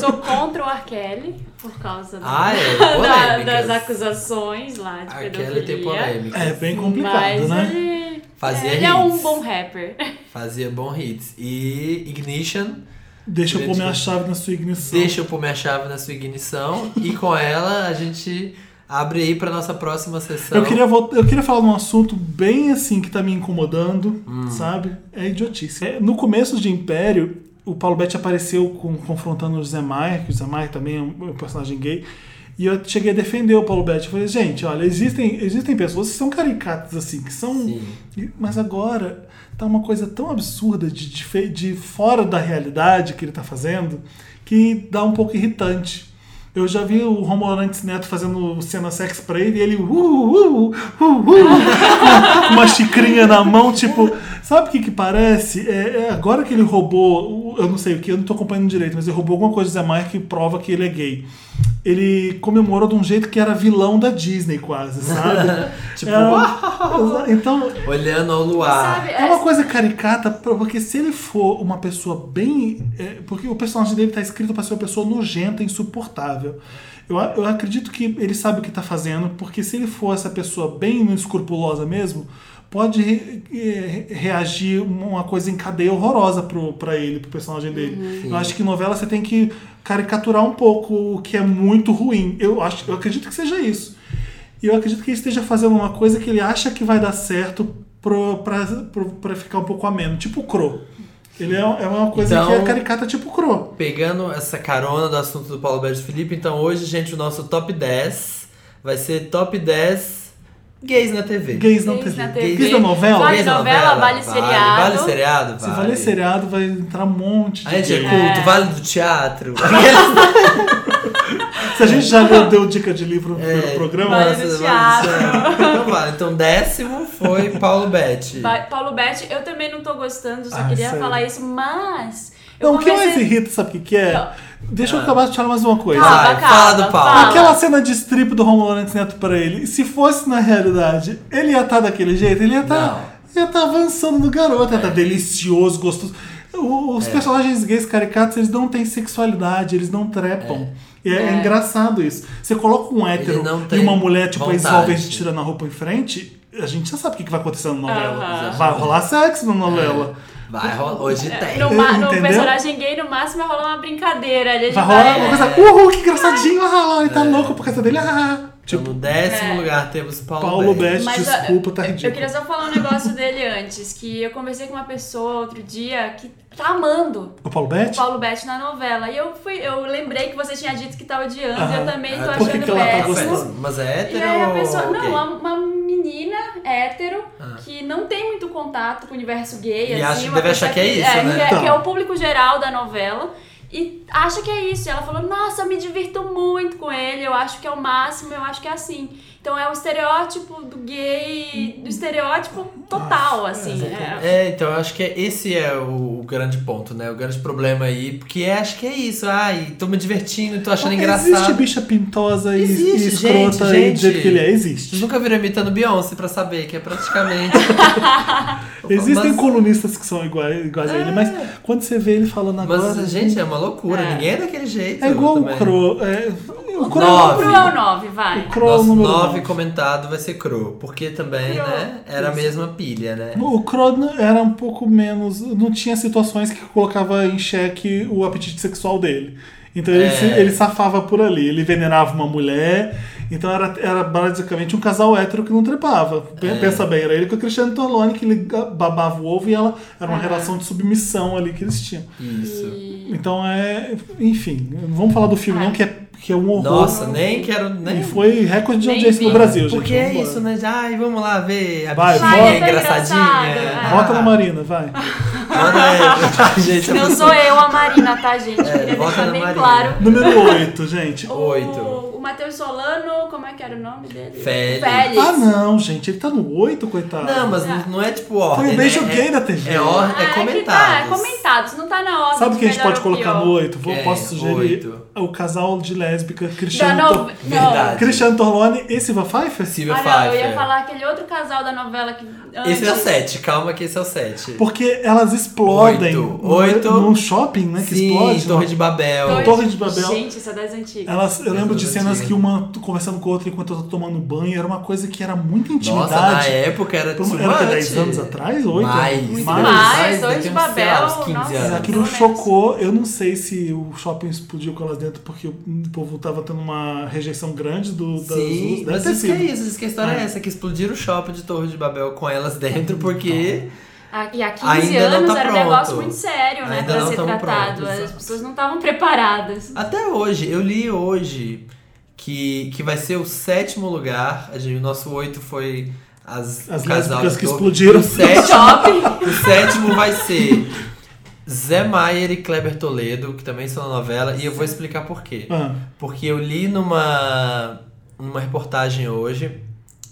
Speaker 3: Sou contra o R. Kelly por causa da-
Speaker 2: Ah, é,
Speaker 3: da-
Speaker 2: polêmicas.
Speaker 3: das acusações lá de
Speaker 2: R. Kelly tem
Speaker 3: pedofilia.
Speaker 2: é polêmica.
Speaker 1: É bem complicado,
Speaker 3: Mas
Speaker 1: né?
Speaker 3: ele,
Speaker 2: Fazia
Speaker 3: ele é um
Speaker 2: hits.
Speaker 3: bom rapper.
Speaker 2: Fazia bons hits. E Ignition,
Speaker 1: Deixa eu pôr minha chave na sua ignição.
Speaker 2: deixa eu pôr minha chave na sua ignição. e com ela a gente abre aí pra nossa próxima sessão.
Speaker 1: Eu queria, voltar, eu queria falar de um assunto bem assim que tá me incomodando, sabe? É idiotice. É, no começo de Império, o Paulo Betti apareceu com- confrontando o Zé Maia, que o Zé Maia também é um, é um personagem gay. E eu cheguei a defender o Paulo Betti. Eu falei, gente, olha, existem, existem pessoas que são caricatas, assim, que são.
Speaker 2: Sim.
Speaker 1: E- Mas agora tá uma coisa tão absurda de, de, fe- de fora da realidade que ele tá fazendo que dá um pouco irritante. Eu já vi o Romulantes Neto fazendo cena sex pra ele e ele uh, uh, uh, uh, uh, com uma xicrinha na mão, tipo, sabe o que que parece? É, é agora que ele roubou, o- eu não sei o que, eu não tô acompanhando direito, mas ele roubou alguma coisa do Zé Maia que prova que ele é gay. Ele comemorou de um jeito que era vilão da Disney quase, sabe?
Speaker 2: Tipo,
Speaker 1: Era- então
Speaker 2: Olhando ao luar.
Speaker 3: Sabe?
Speaker 1: é uma coisa caricata, porque se ele for uma pessoa bem. é, porque o personagem dele tá escrito pra ser uma pessoa nojenta, insuportável. Eu, a- eu acredito que ele sabe o que tá fazendo, porque se ele for essa pessoa bem escrupulosa mesmo, pode re- é, reagir uma coisa em cadeia horrorosa pro, pra ele, pro personagem dele. Eu acho que em novela você tem que caricaturar um pouco o que é muito ruim. Eu, acho, eu acredito que seja isso. E eu acredito que ele esteja fazendo uma coisa que ele acha que vai dar certo pro, pra, pro- pra ficar um pouco ameno, tipo o Cro. Ele é, é uma coisa
Speaker 2: Então-
Speaker 1: que é caricata tipo o Cro.
Speaker 2: Pegando essa carona do assunto do Paulo Beres Felipe, então hoje, gente, o nosso top 10 vai ser top 10 gays na TV.
Speaker 1: Gays não
Speaker 3: Gays
Speaker 1: TV.
Speaker 3: na TV.
Speaker 1: Gays da novela?
Speaker 3: Vale
Speaker 2: Gays na
Speaker 3: novela, vale seriado.
Speaker 2: Vale seriado,
Speaker 1: Se
Speaker 2: vale.
Speaker 1: valer seriado, vai entrar um monte de.
Speaker 2: A gente é
Speaker 1: gay.
Speaker 2: culto, vale do teatro.
Speaker 1: Se a gente já leu, deu dica de livro no
Speaker 2: É,
Speaker 1: primeiro programa,
Speaker 3: Vale
Speaker 2: nossa,
Speaker 3: do teatro.
Speaker 2: Então vale. Então décimo foi Paulo Betti.
Speaker 3: Ba- Paulo Betti, eu também não tô gostando, só
Speaker 1: Ah,
Speaker 3: queria
Speaker 1: sério.
Speaker 3: falar isso, mas. Eu
Speaker 1: Não, o que mais
Speaker 3: comecei- Então. Tá.
Speaker 1: irrita, sabe o que, que é?
Speaker 3: Não.
Speaker 1: Deixa eu acabar de falar mais uma coisa.
Speaker 2: Vai,
Speaker 3: acaba,
Speaker 2: fala do Paulo.
Speaker 3: fala.
Speaker 1: Aquela cena de strip do Romulo Nantes Neto pra ele, se fosse na realidade, ele ia estar daquele jeito, ele ia estar ia tá avançando no garoto, ia estar delicioso, gostoso. O-
Speaker 2: É.
Speaker 1: Os personagens gays caricatos, eles não têm sexualidade, eles não trepam. E É. é engraçado isso. Você coloca um hétero
Speaker 2: não
Speaker 1: e
Speaker 2: tem
Speaker 1: uma mulher, tipo,
Speaker 2: vontade.
Speaker 1: ex-jovens tirando a roupa em frente, a gente já sabe o que que vai acontecer na novela.
Speaker 2: Aham.
Speaker 1: Vai rolar sexo na novela.
Speaker 2: Vai rolar. Hoje tem.
Speaker 3: É, No, ma- no
Speaker 1: Entendeu?
Speaker 3: personagem gay, no máximo, vai rolar uma brincadeira. ali, a
Speaker 2: É.
Speaker 3: gente
Speaker 1: Vai rolar uma coisa, uhul, que engraçadinho, ah, ele tá louco por causa dele, ah.
Speaker 2: Então,
Speaker 1: Tipo,
Speaker 2: no décimo
Speaker 3: É.
Speaker 2: lugar temos Paulo,
Speaker 1: Paulo Best,
Speaker 2: Betti.
Speaker 3: Mas, ó,
Speaker 1: desculpa, tá
Speaker 3: Eu
Speaker 1: ridículo.
Speaker 3: queria só falar um negócio dele antes, que eu conversei com uma pessoa outro dia que tá amando
Speaker 1: O Paulo Bete?
Speaker 3: o Paulo Betti na novela. E eu fui, eu lembrei que você tinha dito que tá odiando,
Speaker 1: Aham.
Speaker 3: eu também tô
Speaker 2: Ah,
Speaker 1: por que
Speaker 3: achando
Speaker 1: que ela tá
Speaker 2: Ah,
Speaker 3: péssimo.
Speaker 1: gostando?
Speaker 2: mas é
Speaker 3: E
Speaker 2: hétero
Speaker 3: aí a pessoa,
Speaker 2: ou
Speaker 3: não,
Speaker 2: gay?
Speaker 3: uma, uma menina hétero que não tem muito contato com o universo gay.
Speaker 2: E
Speaker 3: assim,
Speaker 2: acha-
Speaker 3: uma
Speaker 2: deve
Speaker 3: pessoa
Speaker 2: achar que é isso, né?
Speaker 3: que é-
Speaker 1: Então.
Speaker 3: que é o público geral da novela. E acha que é isso. E ela falou, nossa, eu me divirto muito com ele, eu acho que é o máximo, eu acho que é assim. Então é o estereótipo do gay, do estereótipo total, assim. É.
Speaker 2: É, então eu acho que esse é o, o grande ponto, né? O grande problema aí, porque é- acho que é isso. Ai, tô me divertindo, tô
Speaker 1: é
Speaker 2: achando
Speaker 1: Existe
Speaker 2: engraçado.
Speaker 1: bicha pintosa e,
Speaker 2: Existe,
Speaker 1: e escrota
Speaker 2: gente,
Speaker 1: e do jeito
Speaker 2: gente.
Speaker 1: que ele é.
Speaker 2: Vocês
Speaker 1: Existe.
Speaker 2: nunca viram imitando Beyoncé pra saber que é praticamente.
Speaker 1: Existem
Speaker 2: Mas- É.
Speaker 1: colunistas que são iguais, iguais a ele, mas quando você vê ele falando
Speaker 2: Mas,
Speaker 1: agora. assim.
Speaker 2: gente, é uma loucura.
Speaker 3: É.
Speaker 2: Ninguém é daquele jeito.
Speaker 1: é igual
Speaker 2: também.
Speaker 1: o Crow. É, o Crow
Speaker 2: Nove.
Speaker 3: Pro é o 9, vai.
Speaker 1: O Crow é o
Speaker 2: Nosso
Speaker 1: número
Speaker 2: 9
Speaker 1: nove.
Speaker 2: comentado vai ser Cro, porque também,
Speaker 3: Cro.
Speaker 2: né? Era a mesma pilha, né?
Speaker 1: O Crow era um pouco menos. Não tinha situações que colocava em xeque o apetite sexual dele. Então ele,
Speaker 2: É.
Speaker 1: se- ele safava por ali. Ele venerava uma mulher. Então era, era basicamente um casal hétero que não trepava. Pe-
Speaker 2: É.
Speaker 1: Pensa bem, era ele com a Cristiane Torlone que ele ga- babava o ovo e ela. Era uma relação de submissão ali que eles tinham.
Speaker 2: Isso.
Speaker 1: Então é. Enfim, vamos falar do
Speaker 3: Ah.
Speaker 1: filme, não, que é, que é um horror.
Speaker 2: Nossa, nem quero. Nem...
Speaker 1: E foi recorde de
Speaker 3: Nem
Speaker 1: audiência
Speaker 3: vi.
Speaker 1: no Brasil, gente.
Speaker 2: Porque é
Speaker 1: vamos embora.
Speaker 2: isso, né? Ai, vamos lá ver a
Speaker 1: Vai,
Speaker 2: bichinha
Speaker 1: vota.
Speaker 3: Engraçado,
Speaker 2: engraçadinha. Ah.
Speaker 3: é.
Speaker 1: Vota na Marina, vai.
Speaker 3: Ah.
Speaker 2: Bora aí. gente, é eu
Speaker 3: Não sou eu a Marina, tá, gente?
Speaker 2: volta
Speaker 3: Queria deixar
Speaker 2: É, na
Speaker 3: bem
Speaker 2: Marina.
Speaker 3: claro.
Speaker 1: Número 8, gente.
Speaker 3: O-
Speaker 2: Oito.
Speaker 3: O Matheus Solano, como é que era o nome dele?
Speaker 2: Félix.
Speaker 1: Ah, não, gente, ele tá no 8, coitado.
Speaker 2: Não, mas não- não é tipo ordem.
Speaker 1: Foi um beijo
Speaker 2: né? É-
Speaker 1: gay da TV.
Speaker 2: É, ordem, é
Speaker 3: Ah, que tá, é
Speaker 2: comentados.
Speaker 3: comentados, não tá na ordem.
Speaker 1: Sabe o
Speaker 3: de
Speaker 1: que a gente
Speaker 3: melhor
Speaker 1: pode
Speaker 3: ou
Speaker 1: colocar
Speaker 3: pior.
Speaker 1: no 8? Vou,
Speaker 2: Quem?
Speaker 1: posso sugerir
Speaker 2: É, Oito.
Speaker 1: o casal de lésbica
Speaker 3: Da
Speaker 1: Cristiano,
Speaker 3: no...
Speaker 1: Tor-
Speaker 2: Verdade.
Speaker 1: Cristiano Torlone e Silva Pfeiffer?
Speaker 2: Possível
Speaker 3: Ah, não, eu ia
Speaker 2: Pfeiffer.
Speaker 3: falar aquele outro casal da novela que.
Speaker 2: Esse é o
Speaker 3: antes-
Speaker 2: 7, calma que esse é o 7.
Speaker 1: Porque elas explodem
Speaker 2: Oito.
Speaker 1: no-
Speaker 2: Oito.
Speaker 1: num shopping, né? Que
Speaker 2: Sim,
Speaker 1: explode.
Speaker 2: Torre de Babel.
Speaker 3: Dois-
Speaker 1: Torre de Babel.
Speaker 3: Gente, isso é das antigas.
Speaker 1: Elas, eu lembro de cenas
Speaker 2: Exatamente.
Speaker 1: que uma conversando com a outra enquanto eu tô tomando banho, era uma coisa que era muita intimidade.
Speaker 2: Nossa, na época era
Speaker 1: Por-
Speaker 2: tsunami.
Speaker 1: era o quê, 10 anos atrás? Oito? né?
Speaker 2: Mais.
Speaker 1: Muito
Speaker 2: daqui
Speaker 3: mais. Torre de
Speaker 2: uns, sei lá,
Speaker 3: Babel,
Speaker 2: uns 15
Speaker 3: nossa.
Speaker 2: anos.
Speaker 1: Aquilo
Speaker 3: Pelo menos.
Speaker 1: chocou. Eu não sei se o shopping explodiu com elas dentro porque o povo tava tendo uma rejeição grande do. Das,
Speaker 2: Sim,
Speaker 1: deve
Speaker 2: mas
Speaker 1: ter
Speaker 2: isso que é
Speaker 1: sido.
Speaker 2: isso, isso que a história é essa, que explodiram o shopping de Torre de Babel com elas dentro, porque
Speaker 3: Ah, E há 15
Speaker 2: Ainda não
Speaker 3: anos
Speaker 2: tá
Speaker 3: era um
Speaker 2: pronto.
Speaker 3: negócio muito sério, né?
Speaker 2: Ainda
Speaker 3: pra
Speaker 2: não
Speaker 3: ser
Speaker 2: tamo
Speaker 3: tratado.
Speaker 2: prontos.
Speaker 3: As pessoas não estavam preparadas.
Speaker 2: até hoje, eu li hoje que, que vai ser o sétimo lugar, a gente- o nosso oito foi as,
Speaker 1: As
Speaker 2: o casal
Speaker 1: lésbicas
Speaker 2: de
Speaker 1: que
Speaker 2: Torre-
Speaker 1: explodiram.
Speaker 2: O sétimo,
Speaker 3: Shopping.
Speaker 2: o sétimo vai ser Zé Maier e Kleber Toledo, que também são na novela, e eu vou explicar por quê.
Speaker 1: Ah,
Speaker 2: Porque eu li numa, numa reportagem hoje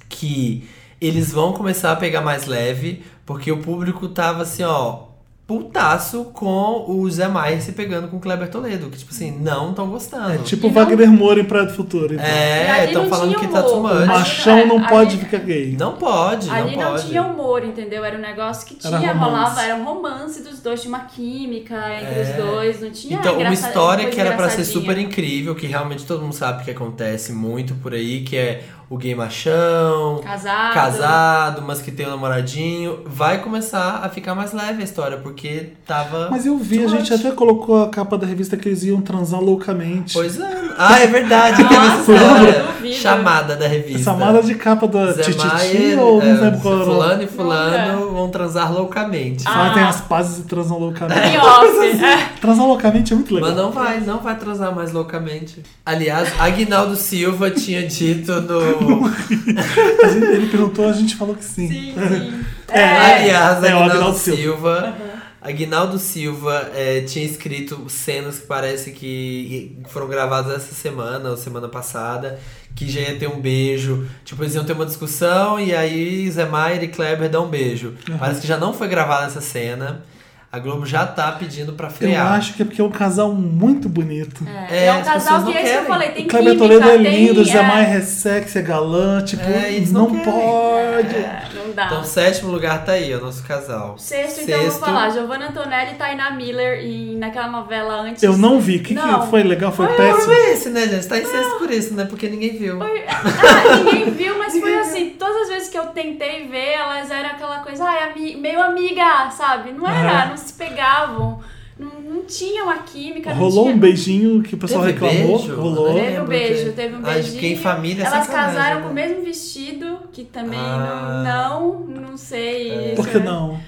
Speaker 2: que eles vão começar a pegar mais leve, porque o público tava assim, ó, putaço com o Zé Maier se pegando com o Kleber Toledo. Que, tipo assim, Então, não tão gostando.
Speaker 1: é tipo o
Speaker 3: E não-
Speaker 1: Wagner Moura em Praia do Futuro. então.
Speaker 3: E
Speaker 2: É,
Speaker 3: ali
Speaker 2: estão
Speaker 3: não
Speaker 2: falando
Speaker 3: tinha
Speaker 2: que
Speaker 3: um
Speaker 2: tá too
Speaker 3: lobo.
Speaker 1: O
Speaker 2: much.
Speaker 3: Mas-
Speaker 1: Machão não
Speaker 3: é,
Speaker 1: pode
Speaker 3: ali-
Speaker 1: ficar gay.
Speaker 2: Não pode,
Speaker 3: Ali
Speaker 2: não
Speaker 3: não,
Speaker 2: pode.
Speaker 3: tinha humor, entendeu? Era um negócio que
Speaker 1: Era
Speaker 3: tinha,
Speaker 1: romance.
Speaker 3: rolava, era um romance dos dois, tinha uma química entre
Speaker 2: É.
Speaker 3: os dois, não tinha
Speaker 2: Então, uma
Speaker 3: engraça-
Speaker 2: história
Speaker 3: coisa
Speaker 2: que era pra ser
Speaker 3: engraçadinha.
Speaker 2: super incrível, que realmente todo mundo sabe que acontece muito por aí, que é o gay machão,
Speaker 3: Casado.
Speaker 2: casado, mas que tem um namoradinho, vai começar a ficar mais leve a história, porque tava.
Speaker 1: Mas eu vi, a gente até colocou a capa da revista que eles iam transar loucamente.
Speaker 2: Pois é. Ah, é verdade, teve essa
Speaker 3: Nossa,
Speaker 2: história.
Speaker 3: duvido.
Speaker 2: Chamada da revista.
Speaker 1: Samara de capa da
Speaker 2: é. Zé
Speaker 1: Tititi
Speaker 2: Maier,
Speaker 1: ou
Speaker 2: é,
Speaker 1: não lembro qual era.
Speaker 2: Fulano e Fulano vão transar loucamente.
Speaker 3: Ah.
Speaker 1: Fazem as pazes e transam
Speaker 3: Em
Speaker 1: loucamente.
Speaker 3: off. é.
Speaker 1: Transar loucamente é muito legal.
Speaker 2: Mas não vai, não vai transar mais loucamente. Aliás, Aguinaldo Silva tinha dito no.
Speaker 1: A gente- Ele perguntou, a gente falou que sim.
Speaker 3: Sim, sim.
Speaker 2: Aliás,
Speaker 1: É, o
Speaker 2: Aguinaldo,
Speaker 1: Agnaldo Silva.
Speaker 2: Silva. Aguinaldo Silva eh, tinha escrito cenas que parece que foram gravadas essa semana ou semana passada, que já ia ter um beijo. Tipo, eles iam ter uma discussão e aí Zé Maier e Kleber dão um beijo. Parece que já não foi gravada essa cena. A Globo já tá pedindo pra
Speaker 1: Eu
Speaker 2: frear.
Speaker 1: acho que é porque é um casal muito bonito.
Speaker 3: É,
Speaker 2: É,
Speaker 3: um
Speaker 2: as
Speaker 3: casal
Speaker 2: pessoas
Speaker 3: que
Speaker 2: não
Speaker 3: é isso que eu
Speaker 2: querem.
Speaker 3: falei,
Speaker 1: O
Speaker 3: tem
Speaker 1: Kleber
Speaker 3: química,
Speaker 1: Toledo é
Speaker 3: tem,
Speaker 1: lindo, o
Speaker 3: é,
Speaker 1: Jamai é sexy, é galante. Tipo,
Speaker 2: É, eles
Speaker 1: não,
Speaker 2: não querem.
Speaker 1: pode.
Speaker 3: é, Não dá.
Speaker 2: Então, o sétimo lugar tá aí, é o nosso casal.
Speaker 3: Sexto, então eu vou falar. Giovanna Antonelli e Tainá Miller em, naquela novela antes.
Speaker 1: Eu não vi. O que,
Speaker 3: Não.
Speaker 1: que foi legal? Foi
Speaker 2: Por
Speaker 1: péssimo.
Speaker 2: esse, né, gente? Tá em sexto por isso, né? Porque ninguém viu.
Speaker 3: Ah, ninguém viu, mas foi assim. Todas as vezes que eu tentei ver, elas eram aquela coisa, ai, ami- meio amiga, sabe? Não era,
Speaker 1: Aham.
Speaker 3: não se pegavam. Não, não tinha uma química. não
Speaker 1: Rolou
Speaker 3: tinha-
Speaker 1: um beijinho que o pessoal
Speaker 2: Teve
Speaker 1: reclamou.
Speaker 2: beijo?
Speaker 1: Rolou.
Speaker 2: Eu
Speaker 3: Teve um
Speaker 2: lembro
Speaker 3: beijo,
Speaker 2: de-
Speaker 3: teve um
Speaker 2: Ah, de
Speaker 3: beijinho.
Speaker 2: que em família é
Speaker 3: Elas
Speaker 2: sacanagem,
Speaker 3: casaram
Speaker 2: né?
Speaker 3: com o mesmo vestido, que também
Speaker 2: Ah.
Speaker 3: não, não, não sei.
Speaker 1: É.
Speaker 3: né?
Speaker 1: Por que não?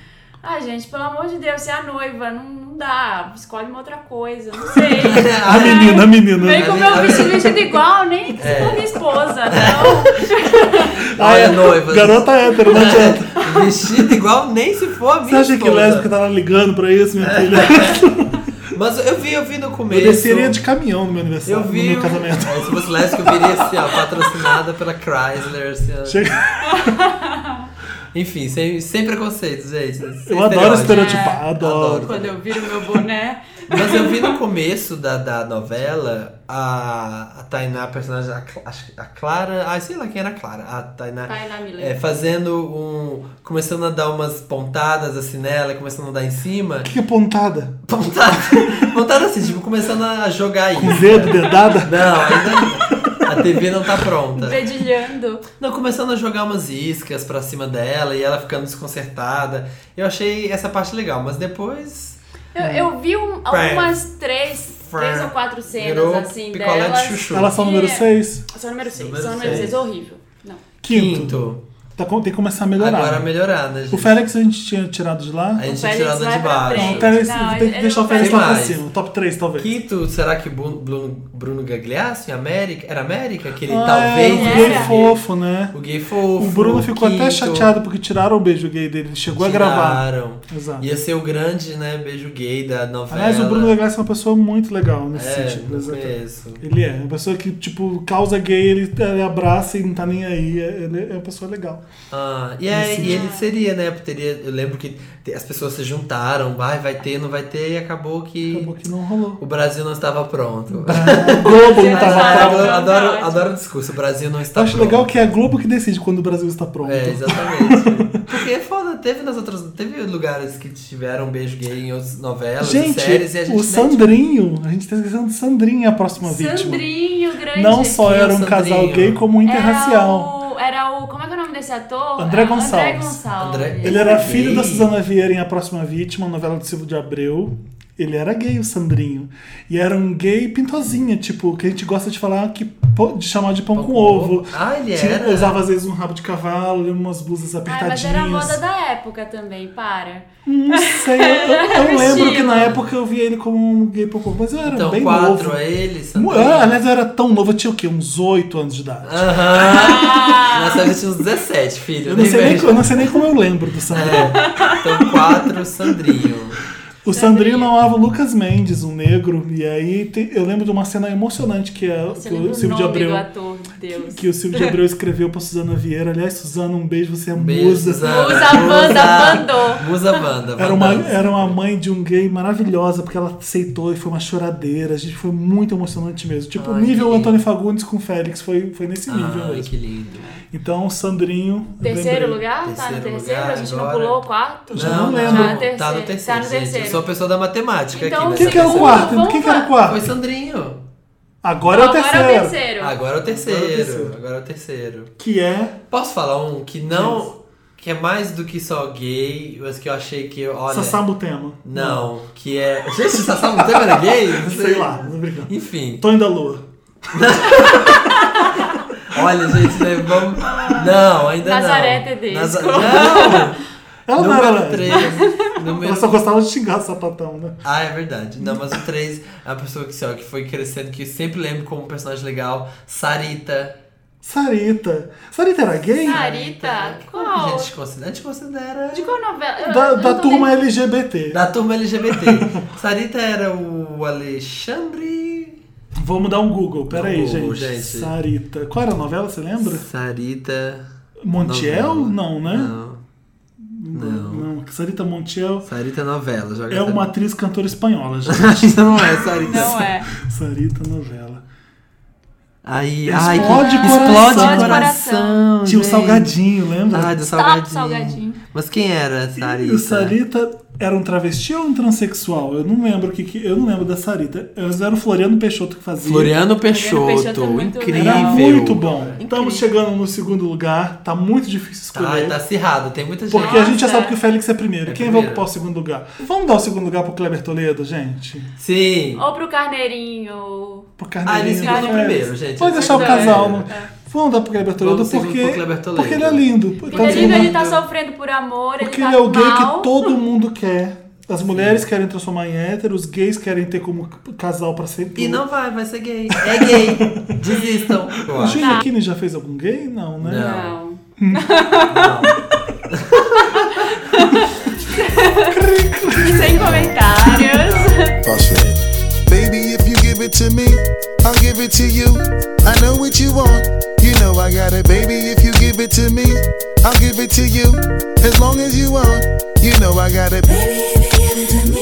Speaker 3: Ah, gente, pelo amor de Deus, você é a noiva, não, não dá, escolhe uma outra coisa, não sei.
Speaker 2: Ah,
Speaker 1: A menina, a menina.
Speaker 3: Vem
Speaker 1: né?
Speaker 3: com o meu vestido, vestido igual, nem que se for minha esposa, não.
Speaker 1: A
Speaker 2: Olha,
Speaker 1: é,
Speaker 2: noiva.
Speaker 1: Garota hétero, não adianta.
Speaker 2: Vestida igual nem se for a minha
Speaker 1: Você acha que
Speaker 2: esposa.
Speaker 1: lésbica tava ligando pra isso,
Speaker 2: É.
Speaker 1: minha filha?
Speaker 2: Mas eu vi, eu vi no
Speaker 1: Eu
Speaker 2: começo.
Speaker 1: desceria de caminhão no meu aniversário,
Speaker 2: Eu vi.
Speaker 1: no meu casamento.
Speaker 2: É, se fosse lésbica, eu viria assim, ó, patrocinada pela Chrysler. Assim, ó.
Speaker 1: Chega-
Speaker 2: Enfim, sem, sem preconceitos, gente. sem
Speaker 1: Eu adoro
Speaker 2: estereótipo. É,
Speaker 1: estereotipar, adoro.
Speaker 2: Adoro.
Speaker 3: Quando eu viro meu boné.
Speaker 2: Mas eu vi no começo da, da novela a, a Tainá, a personagem, a, Cla- acho que a Clara. Ai, sei lá quem era a Clara. A Tainá.
Speaker 3: Tainá Miller.
Speaker 2: é, fazendo um. começando a dar umas pontadas assim nela, começando a dar em cima.
Speaker 1: Que pontada.
Speaker 2: Pontada. Pontada assim, tipo, começando a jogar aí.
Speaker 1: Com dedo, dedada.
Speaker 2: Não, ainda. A TV não tá pronta.
Speaker 3: Pedilhando.
Speaker 2: Não, começando a jogar umas iscas pra cima dela e ela ficando desconcertada. Eu achei essa parte legal, mas depois.
Speaker 3: Eu,
Speaker 1: É.
Speaker 3: eu vi um- algumas três, três ou quatro cenas
Speaker 2: virou
Speaker 3: assim
Speaker 2: picolé
Speaker 3: delas.
Speaker 2: de chuchu.
Speaker 1: Ela só número
Speaker 3: É.
Speaker 1: 6.
Speaker 3: São número seis,
Speaker 2: Número
Speaker 3: são número
Speaker 2: seis.
Speaker 3: seis, é horrível. Não.
Speaker 1: Quinto.
Speaker 2: Quinto.
Speaker 1: Tá com- tem que começar a melhorar.
Speaker 2: Agora melhorar, né, gente?
Speaker 1: O Félix a gente tinha tirado de lá.
Speaker 2: A gente
Speaker 3: O
Speaker 2: tinha
Speaker 3: Félix
Speaker 2: tirado de
Speaker 3: vai pra
Speaker 2: baixo.
Speaker 1: Não,
Speaker 3: frente.
Speaker 1: o Félix
Speaker 3: Não,
Speaker 1: tem
Speaker 3: ele-
Speaker 1: que
Speaker 3: ele
Speaker 1: deixar o
Speaker 3: não
Speaker 1: Félix
Speaker 2: faz
Speaker 1: lá pra
Speaker 2: mais.
Speaker 1: cima. Top 3, talvez.
Speaker 2: Quinto, será que Bruno, Bruno, Bruno Gagliasso em América? Era América? Aquele
Speaker 1: Ah,
Speaker 2: talvez.
Speaker 1: é,
Speaker 2: né?
Speaker 1: o gay
Speaker 3: era.
Speaker 1: fofo, né?
Speaker 2: O gay fofo.
Speaker 1: O Bruno ficou até
Speaker 2: quinto,
Speaker 1: chateado porque tiraram o beijo gay dele. Ele chegou a gravar.
Speaker 2: tiraram.
Speaker 1: Exato.
Speaker 2: Ia ser o grande, né, beijo gay da novela.
Speaker 1: Aliás, o Bruno Legal é uma pessoa muito legal nesse
Speaker 2: É,
Speaker 1: sentido.
Speaker 2: no
Speaker 1: exatamente.
Speaker 2: começo.
Speaker 1: Ele é uma pessoa que, tipo, causa gay, ele, ele abraça e não tá nem aí. Ele é uma pessoa legal.
Speaker 2: Ah, e, é- e ele seria, né? Teria, eu lembro que te- as pessoas se juntaram, vai, vai ter, não vai ter, e acabou que
Speaker 1: Acabou Tá, que não rolou.
Speaker 2: o Brasil não estava pronto.
Speaker 1: A Globo não tava
Speaker 3: Exato.
Speaker 1: pronta.
Speaker 2: adoro, adoro,
Speaker 3: Ótimo.
Speaker 2: adoro o discurso, o Brasil não
Speaker 1: Eu tá.
Speaker 2: está
Speaker 1: acho
Speaker 2: pronto.
Speaker 1: legal que é a Globo que decide quando o Brasil está pronto.
Speaker 2: É, exatamente. Porque é foda, teve nas outras. Teve lugares que tiveram beijo gay em outras novelas, e
Speaker 1: Gente, um-
Speaker 2: séries, e a gente
Speaker 1: o
Speaker 2: nem-
Speaker 1: Sandrinho, a gente tá esquecendo de Sandrinho é a próxima vítima.
Speaker 3: Sandrinho, grande.
Speaker 1: Não só
Speaker 2: Quem é
Speaker 1: era um
Speaker 2: o
Speaker 1: casal
Speaker 2: Sandrinho? É
Speaker 1: gay, como interracial.
Speaker 3: Era o, era o. Como é que é o nome desse ator?
Speaker 1: André
Speaker 3: É,
Speaker 1: Gonçalves.
Speaker 3: Gonçalves.
Speaker 2: André-
Speaker 1: Ele era
Speaker 2: é Gay?
Speaker 1: filho da Suzana Vieira em A Próxima Vítima, novela do Silvio de Abreu. Ele era gay, o Sandrinho. E era um gay pintozinha, tipo, que a gente gosta de falar que, po- de chamar de pão, com, ovo.
Speaker 2: Ah, ele
Speaker 1: Tinha-
Speaker 2: era.
Speaker 1: Usava às vezes um rabo de cavalo, umas blusas
Speaker 3: Ah,
Speaker 1: apertadinhas.
Speaker 3: mas era a moda da época também, para.
Speaker 1: Não sei, eu, eu- eu
Speaker 3: Era
Speaker 1: lembro que
Speaker 3: vestido.
Speaker 1: na época eu via ele como um gay pouco, mas eu era
Speaker 2: Então,
Speaker 1: bem
Speaker 2: quatro
Speaker 1: novo.
Speaker 2: é ele,
Speaker 1: Mu-
Speaker 2: Sandrinho.
Speaker 1: Ah, aliás, eu era tão novo, eu tinha o quê? Uns 8 anos de idade.
Speaker 2: Aham. Nossa, eu tinha uns 17, filho.
Speaker 1: eu, não sei nem,
Speaker 2: vejo.
Speaker 1: eu não sei nem como eu lembro do Sandrinho.
Speaker 2: É, então, quatro, Sandrinho.
Speaker 1: O
Speaker 3: Tá
Speaker 1: Sandrinho namorava o Lucas Mendes, um negro, e aí te- eu lembro de uma cena emocionante que, é,
Speaker 3: Você
Speaker 1: que
Speaker 3: lembra
Speaker 1: o
Speaker 3: o
Speaker 1: Silvio
Speaker 3: nome
Speaker 1: de Abreu.
Speaker 3: do ator, Deus.
Speaker 1: Que o Silvio de Abreu escreveu pra Suzana Vieira. Aliás, Suzana, um beijo, você é
Speaker 2: Beijo,
Speaker 1: musa.
Speaker 2: Suzana.
Speaker 3: Musa Wanda, Wando.
Speaker 2: Musa Banda.
Speaker 1: Era uma, era uma mãe de um gay maravilhosa, porque ela aceitou e foi uma choradeira. A gente foi muito emocionante mesmo. Tipo, o
Speaker 2: Ai,
Speaker 1: nível
Speaker 2: que-
Speaker 1: Antônio Fagundes com Félix foi, foi nesse nível
Speaker 2: Ai,
Speaker 1: mesmo.
Speaker 2: Ah, que lindo.
Speaker 1: Então, o Sandrinho. eu
Speaker 3: Terceiro
Speaker 1: lembrei.
Speaker 3: lugar? tá no
Speaker 2: Terceiro
Speaker 3: terceiro?
Speaker 2: lugar,
Speaker 3: a gente
Speaker 2: agora.
Speaker 3: não pulou o quarto?
Speaker 1: Já não
Speaker 3: Já
Speaker 1: lembro.
Speaker 3: é terceiro.
Speaker 2: Tá no terceiro,
Speaker 3: Tá no
Speaker 2: gente.
Speaker 3: terceiro.
Speaker 2: Eu sou a pessoa da matemática
Speaker 3: Então,
Speaker 2: aqui.
Speaker 1: Quem
Speaker 2: nessa
Speaker 1: que é? era o
Speaker 2: pessoa.
Speaker 1: quarto?
Speaker 3: Vamos
Speaker 1: Quem que era o
Speaker 3: lá.
Speaker 2: Foi
Speaker 1: quarto?
Speaker 2: Sandrinho.
Speaker 1: Agora é o
Speaker 3: Agora é o
Speaker 1: terceiro.
Speaker 2: Agora é
Speaker 3: terceiro.
Speaker 2: o
Speaker 1: Agora é o
Speaker 2: terceiro.
Speaker 1: terceiro.
Speaker 2: Agora é o terceiro.
Speaker 1: Que é
Speaker 2: Posso falar um que não... Que é mais do que só gay, mas que eu achei que... Olha...
Speaker 1: Sassamutema.
Speaker 2: Não, que é... Gente, Sassá Mutema era gay? Não
Speaker 1: Sei lá, não tô brincando.
Speaker 2: Enfim.
Speaker 1: Tonho da Lua.
Speaker 2: Olha, gente, né, vamos... Não, ainda
Speaker 3: Nazaré
Speaker 2: não.
Speaker 3: Tedesco.
Speaker 2: Naza- Não!
Speaker 1: Ela não era
Speaker 2: Número
Speaker 1: lésbica.
Speaker 2: 3. Número
Speaker 1: Ela só gostava de xingar sapatão, né?
Speaker 2: Ah, é verdade. Não, mas o 3 é uma pessoa que, sei lá, que foi crescendo, que eu sempre lembro como um personagem legal. Sarita.
Speaker 1: Sarita. Sarita era gay?
Speaker 3: Sarita,
Speaker 2: é A
Speaker 3: qual?
Speaker 2: gente considera. A gente considera.
Speaker 3: De qual novela? Eu-
Speaker 1: Da,
Speaker 3: eu
Speaker 1: da
Speaker 3: não
Speaker 1: turma é
Speaker 3: lembro.
Speaker 1: LGBT.
Speaker 2: Da turma LGBT. Sarita era o Alexandre.
Speaker 1: Vamos dar um Google, peraí,
Speaker 2: Google,
Speaker 1: gente.
Speaker 2: gente.
Speaker 1: Sarita. Qual era a novela, você lembra?
Speaker 2: Sarita.
Speaker 1: Montiel?
Speaker 2: Novela.
Speaker 1: Não, né?
Speaker 2: Não. Não.
Speaker 1: Não, Sarita Montiel
Speaker 2: Sarita novela. Joga
Speaker 1: é
Speaker 2: essa-
Speaker 1: uma atriz cantora espanhola, gente.
Speaker 2: Isso não é, Sarita.
Speaker 3: Não é.
Speaker 1: Sarita novela.
Speaker 2: Aí, ai, que-
Speaker 1: Explode coração.
Speaker 2: explode
Speaker 1: Explode
Speaker 2: coração.
Speaker 1: Tinha o
Speaker 2: gente.
Speaker 1: Salgadinho, lembra?
Speaker 2: Ai, do
Speaker 3: Stop,
Speaker 2: salgadinho.
Speaker 3: Salgadinho.
Speaker 2: Mas quem era a Sarita?
Speaker 1: O Sarita era um travesti ou um transexual? Eu não lembro o que, que- eu não lembro da Sarita. Mas era o Floriano Peixoto que fazia.
Speaker 2: Floriano Peixoto.
Speaker 3: Peixoto, muito
Speaker 2: incrível.
Speaker 1: Era
Speaker 3: Incrível.
Speaker 1: muito bom. Estamos chegando no segundo lugar. Tá muito difícil
Speaker 2: Tá,
Speaker 1: escolher.
Speaker 2: tá acirrado, tem muita gente.
Speaker 1: Porque a gente já sabe que o Félix é primeiro.
Speaker 2: É
Speaker 1: Quem
Speaker 2: primeiro.
Speaker 1: vai ocupar o segundo lugar? Vamos dar o segundo lugar pro Kleber Toledo, gente?
Speaker 2: Sim.
Speaker 3: Ou pro Carneirinho.
Speaker 1: Pro
Speaker 2: Ah,
Speaker 1: Carneirinho.
Speaker 2: eles ficam no
Speaker 1: pro
Speaker 2: primeiro,
Speaker 1: Félix.
Speaker 2: gente.
Speaker 1: Pode
Speaker 2: Eles
Speaker 1: deixar o
Speaker 2: ficam no
Speaker 1: casal.
Speaker 2: primeiro.
Speaker 1: Não. Vamos dar pro Kleber Toledo
Speaker 2: Vamos segundo
Speaker 1: porque,
Speaker 2: pro Kleber Toledo.
Speaker 1: porque ele é lindo. Tá no
Speaker 3: Ele,
Speaker 1: segundo-
Speaker 3: ele tá sofrendo por amor,
Speaker 1: porque
Speaker 3: ele
Speaker 1: ele é
Speaker 3: tá
Speaker 1: o gay
Speaker 3: mal.
Speaker 1: que todo mundo quer. As mulheres querem transformar em hétero, os gays querem ter como casal pra sempre.
Speaker 2: E não vai, vai ser gay. É gay. Desistam. Eu
Speaker 1: O
Speaker 2: acho.
Speaker 3: Tá.
Speaker 1: Gene Kine já fez algum gay? Não, né?
Speaker 2: Não.
Speaker 3: Não. Sem comentários.
Speaker 6: Baby, if you give it to me, I'll give it to you. I know what you want, you know I got it. Baby, if you give it to me, I'll give it to you. As long as you want, you know I got it.
Speaker 4: Baby, if you give it to me,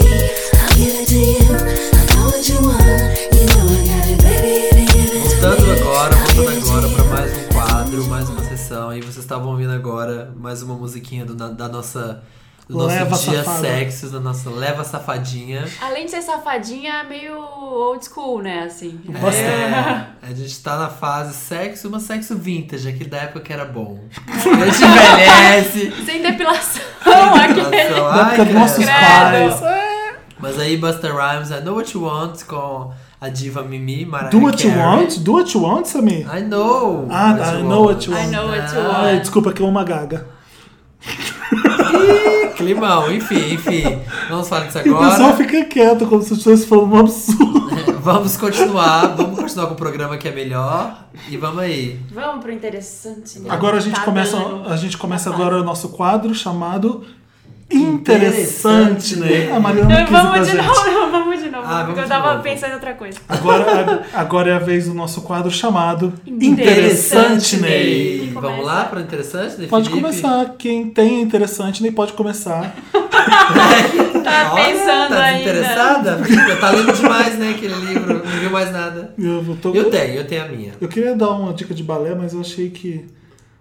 Speaker 4: I'll give it to you. I know what you want, you know I got it. Baby, if you give it to me,
Speaker 2: Voltando agora,
Speaker 4: I'll give
Speaker 2: voltando
Speaker 4: it
Speaker 2: agora
Speaker 4: to
Speaker 2: pra mais um
Speaker 4: you.
Speaker 2: quadro, mais uma sessão. E vocês estavam ouvindo agora mais uma musiquinha do na- da nossa. Do nosso
Speaker 1: Leva
Speaker 2: dia
Speaker 1: safada.
Speaker 2: sexo, da nossa leva safadinha.
Speaker 3: Além de ser safadinha, é meio old school, né? Assim.
Speaker 2: É, a gente tá na fase sexo, mas sexo vintage, aquele da época que era bom. A gente envelhece.
Speaker 3: Sem depilação, aquele.
Speaker 2: relação,
Speaker 1: Da
Speaker 2: ai,
Speaker 1: época dos
Speaker 2: credo.
Speaker 1: nossos
Speaker 3: credo.
Speaker 1: pais.
Speaker 2: Mas aí Buster Rhymes, I Know What You Want com a diva Mimi Mariah
Speaker 1: Do what you
Speaker 2: Carey.
Speaker 1: want? Do what you want, Samir?
Speaker 2: I know.
Speaker 1: Ah, tá. I know what you
Speaker 3: I
Speaker 1: want.
Speaker 3: know what you
Speaker 1: Ai,
Speaker 3: want.
Speaker 1: desculpa, que é uma gaga.
Speaker 2: Ih, Climão, enfim, enfim. Vamos falar disso
Speaker 1: E o pessoal
Speaker 2: agora.
Speaker 1: fica quieto, como se eu estivesse falando um absurdo.
Speaker 2: Vamos continuar, vamos continuar com o programa que é melhor. E vamos aí.
Speaker 3: Vamos pro interessante. né?
Speaker 1: Agora a gente
Speaker 3: Tá
Speaker 1: começa,
Speaker 3: dando.
Speaker 1: a gente começa agora o nosso quadro chamado Interessante,
Speaker 2: Interessante,
Speaker 1: né?
Speaker 2: né?
Speaker 1: A Mariana não quis ir da
Speaker 3: Vamos de
Speaker 1: gente.
Speaker 3: novo, não, vamos de novo.
Speaker 2: Ah, vamos
Speaker 3: porque eu
Speaker 2: de
Speaker 3: tava
Speaker 2: novo.
Speaker 3: pensando em outra coisa.
Speaker 1: Agora, agora é a vez do nosso quadro chamado
Speaker 3: Interessante,
Speaker 1: Interessante Ney.
Speaker 3: Ney.
Speaker 2: Vamos lá para interessante, Ney?
Speaker 1: Pode
Speaker 2: né? Felipe?
Speaker 1: começar. Quem tem interessante nem pode começar.
Speaker 3: Tá
Speaker 2: Olha,
Speaker 3: pensando
Speaker 2: tá
Speaker 3: ainda.
Speaker 2: desinteressada? Porque Tá lendo demais, né, aquele livro. Não viu mais nada.
Speaker 1: Eu, vou- tô-
Speaker 2: Eu tenho, eu tenho a minha.
Speaker 1: Eu queria dar uma dica de balé, mas eu achei que.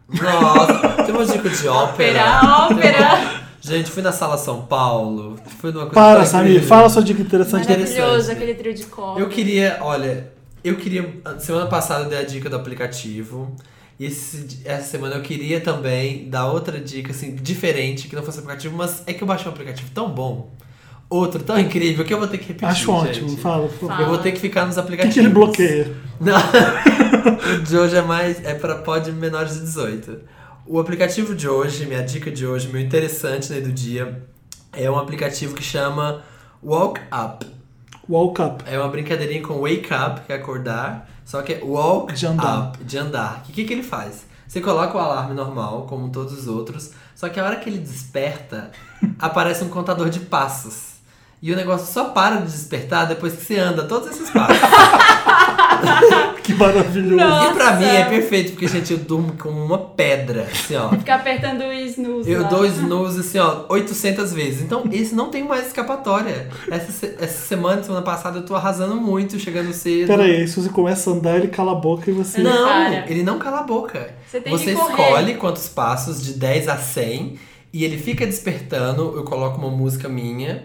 Speaker 2: Nossa, tem uma dica de ópera.
Speaker 3: Ópera, ópera.
Speaker 2: Gente, fui na Sala São Paulo. Fui numa coisa
Speaker 1: Para,
Speaker 2: tão
Speaker 1: Samir,
Speaker 2: incrível.
Speaker 1: fala sua dica interessante.
Speaker 3: Maravilhoso,
Speaker 2: Interessante.
Speaker 3: aquele trio de corda.
Speaker 2: Eu queria, olha, eu queria. Semana passada eu dei a dica do aplicativo. E esse- essa semana eu queria também dar outra dica, assim, diferente, que não fosse aplicativo, mas é que eu baixei um aplicativo tão bom, outro tão incrível, que eu vou ter que repetir.
Speaker 1: Acho ótimo,
Speaker 2: gente.
Speaker 1: fala. por favor.
Speaker 2: Eu vou ter que ficar nos
Speaker 1: O que,
Speaker 2: aplicativos.
Speaker 1: que ele bloqueia?
Speaker 2: Não. o de hoje é mais. É pra pod menores de 18. O aplicativo de hoje, minha dica de hoje, meu interessante né, do dia, é um aplicativo que chama Walk Up.
Speaker 1: Walk up.
Speaker 2: É uma brincadeirinha com wake up, que é acordar, só que é walk
Speaker 1: De andar.
Speaker 2: up, de andar. O que, que ele faz? Você coloca o alarme normal, como todos os outros, só que a hora que ele desperta, aparece um contador de passos. E o negócio só para de despertar depois que você anda todos esses passos.
Speaker 1: Que maravilhoso.
Speaker 2: E pra
Speaker 3: Nossa.
Speaker 2: mim é perfeito, porque, gente, eu durmo como uma pedra, assim, ó.
Speaker 3: Ficar apertando o snooze.
Speaker 2: Eu
Speaker 3: lá.
Speaker 2: dou snooze, assim, ó, 800 vezes. Então, esse não tem mais escapatória. Essa, se- essa semana, semana passada, eu tô arrasando muito, chegando cedo.
Speaker 1: Pera aí, se você começa a andar, ele cala a boca e você.
Speaker 2: Não,
Speaker 3: para.
Speaker 2: ele não cala a boca.
Speaker 3: Você tem que correr.
Speaker 2: escolhe quantos passos, de 10 a 100, e ele fica despertando. Eu coloco uma música minha,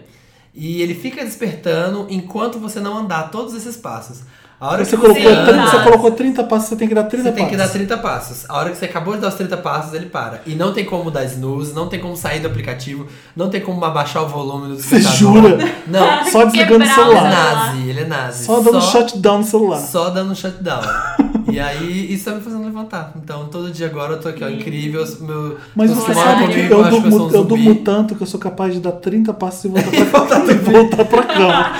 Speaker 2: e ele fica despertando enquanto você não andar todos esses passos. A hora
Speaker 1: Você
Speaker 2: que
Speaker 1: colocou,
Speaker 2: você
Speaker 3: Sim,
Speaker 1: 30,
Speaker 2: anda,
Speaker 1: você
Speaker 3: mas-
Speaker 1: colocou 30 passos, você tem que dar 30
Speaker 2: você tem que dar
Speaker 1: passos.
Speaker 2: 30 passos. A hora que você acabou de dar os 30 passos, ele para. E não tem como dar snooze, não tem como sair do aplicativo, não tem como abaixar o volume do
Speaker 1: Você
Speaker 2: despertador.
Speaker 1: jura?
Speaker 2: Não,
Speaker 1: Só desligando o
Speaker 3: Quebrar o
Speaker 2: ele é
Speaker 1: celular.
Speaker 2: nazi, ele é nazi.
Speaker 1: Só dando shutdown no celular.
Speaker 2: Só dando um shutdown. e aí, isso tá me fazendo levantar. Então, todo dia agora eu tô aqui, ó, incrível. os Meu,
Speaker 1: Mas
Speaker 2: os
Speaker 1: você
Speaker 2: moram
Speaker 1: sabe
Speaker 2: comigo,
Speaker 1: que eu
Speaker 2: acham que
Speaker 1: durmo,
Speaker 2: sou
Speaker 1: eu
Speaker 2: um zumbi.
Speaker 1: durmo tanto que eu sou capaz de dar 30 passos e voltar pra, e voltar pra cama.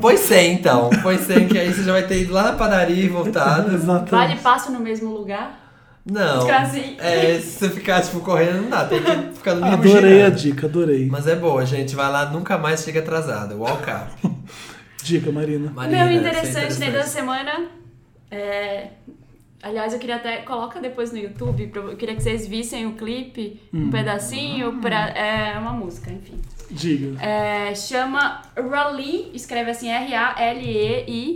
Speaker 2: Pois é, então. Pois é, que aí você já vai ter ido lá na padaria e voltado.
Speaker 1: Exatamente.
Speaker 3: Vale passo no mesmo lugar?
Speaker 2: Não.
Speaker 3: Ficar assim.
Speaker 2: É, se você ficar, tipo, correndo, não dá. Tem que ficar no mínimo
Speaker 1: Adorei a
Speaker 2: girando.
Speaker 1: dica, adorei.
Speaker 2: Mas é boa, gente. Vai lá, nunca mais chega atrasada. Walk up.
Speaker 1: Dica, Marina.
Speaker 2: Marina,
Speaker 3: Meu
Speaker 2: isso é
Speaker 3: interessante, né? Da semana. é, Aliás, eu queria até. Coloca depois no YouTube. pra- Eu queria que vocês vissem o clipe,
Speaker 2: Hum.
Speaker 3: um
Speaker 2: Ah.
Speaker 3: pedacinho. Pra... É uma música, enfim.
Speaker 1: Diga.
Speaker 3: É, chama Raleigh, escreve assim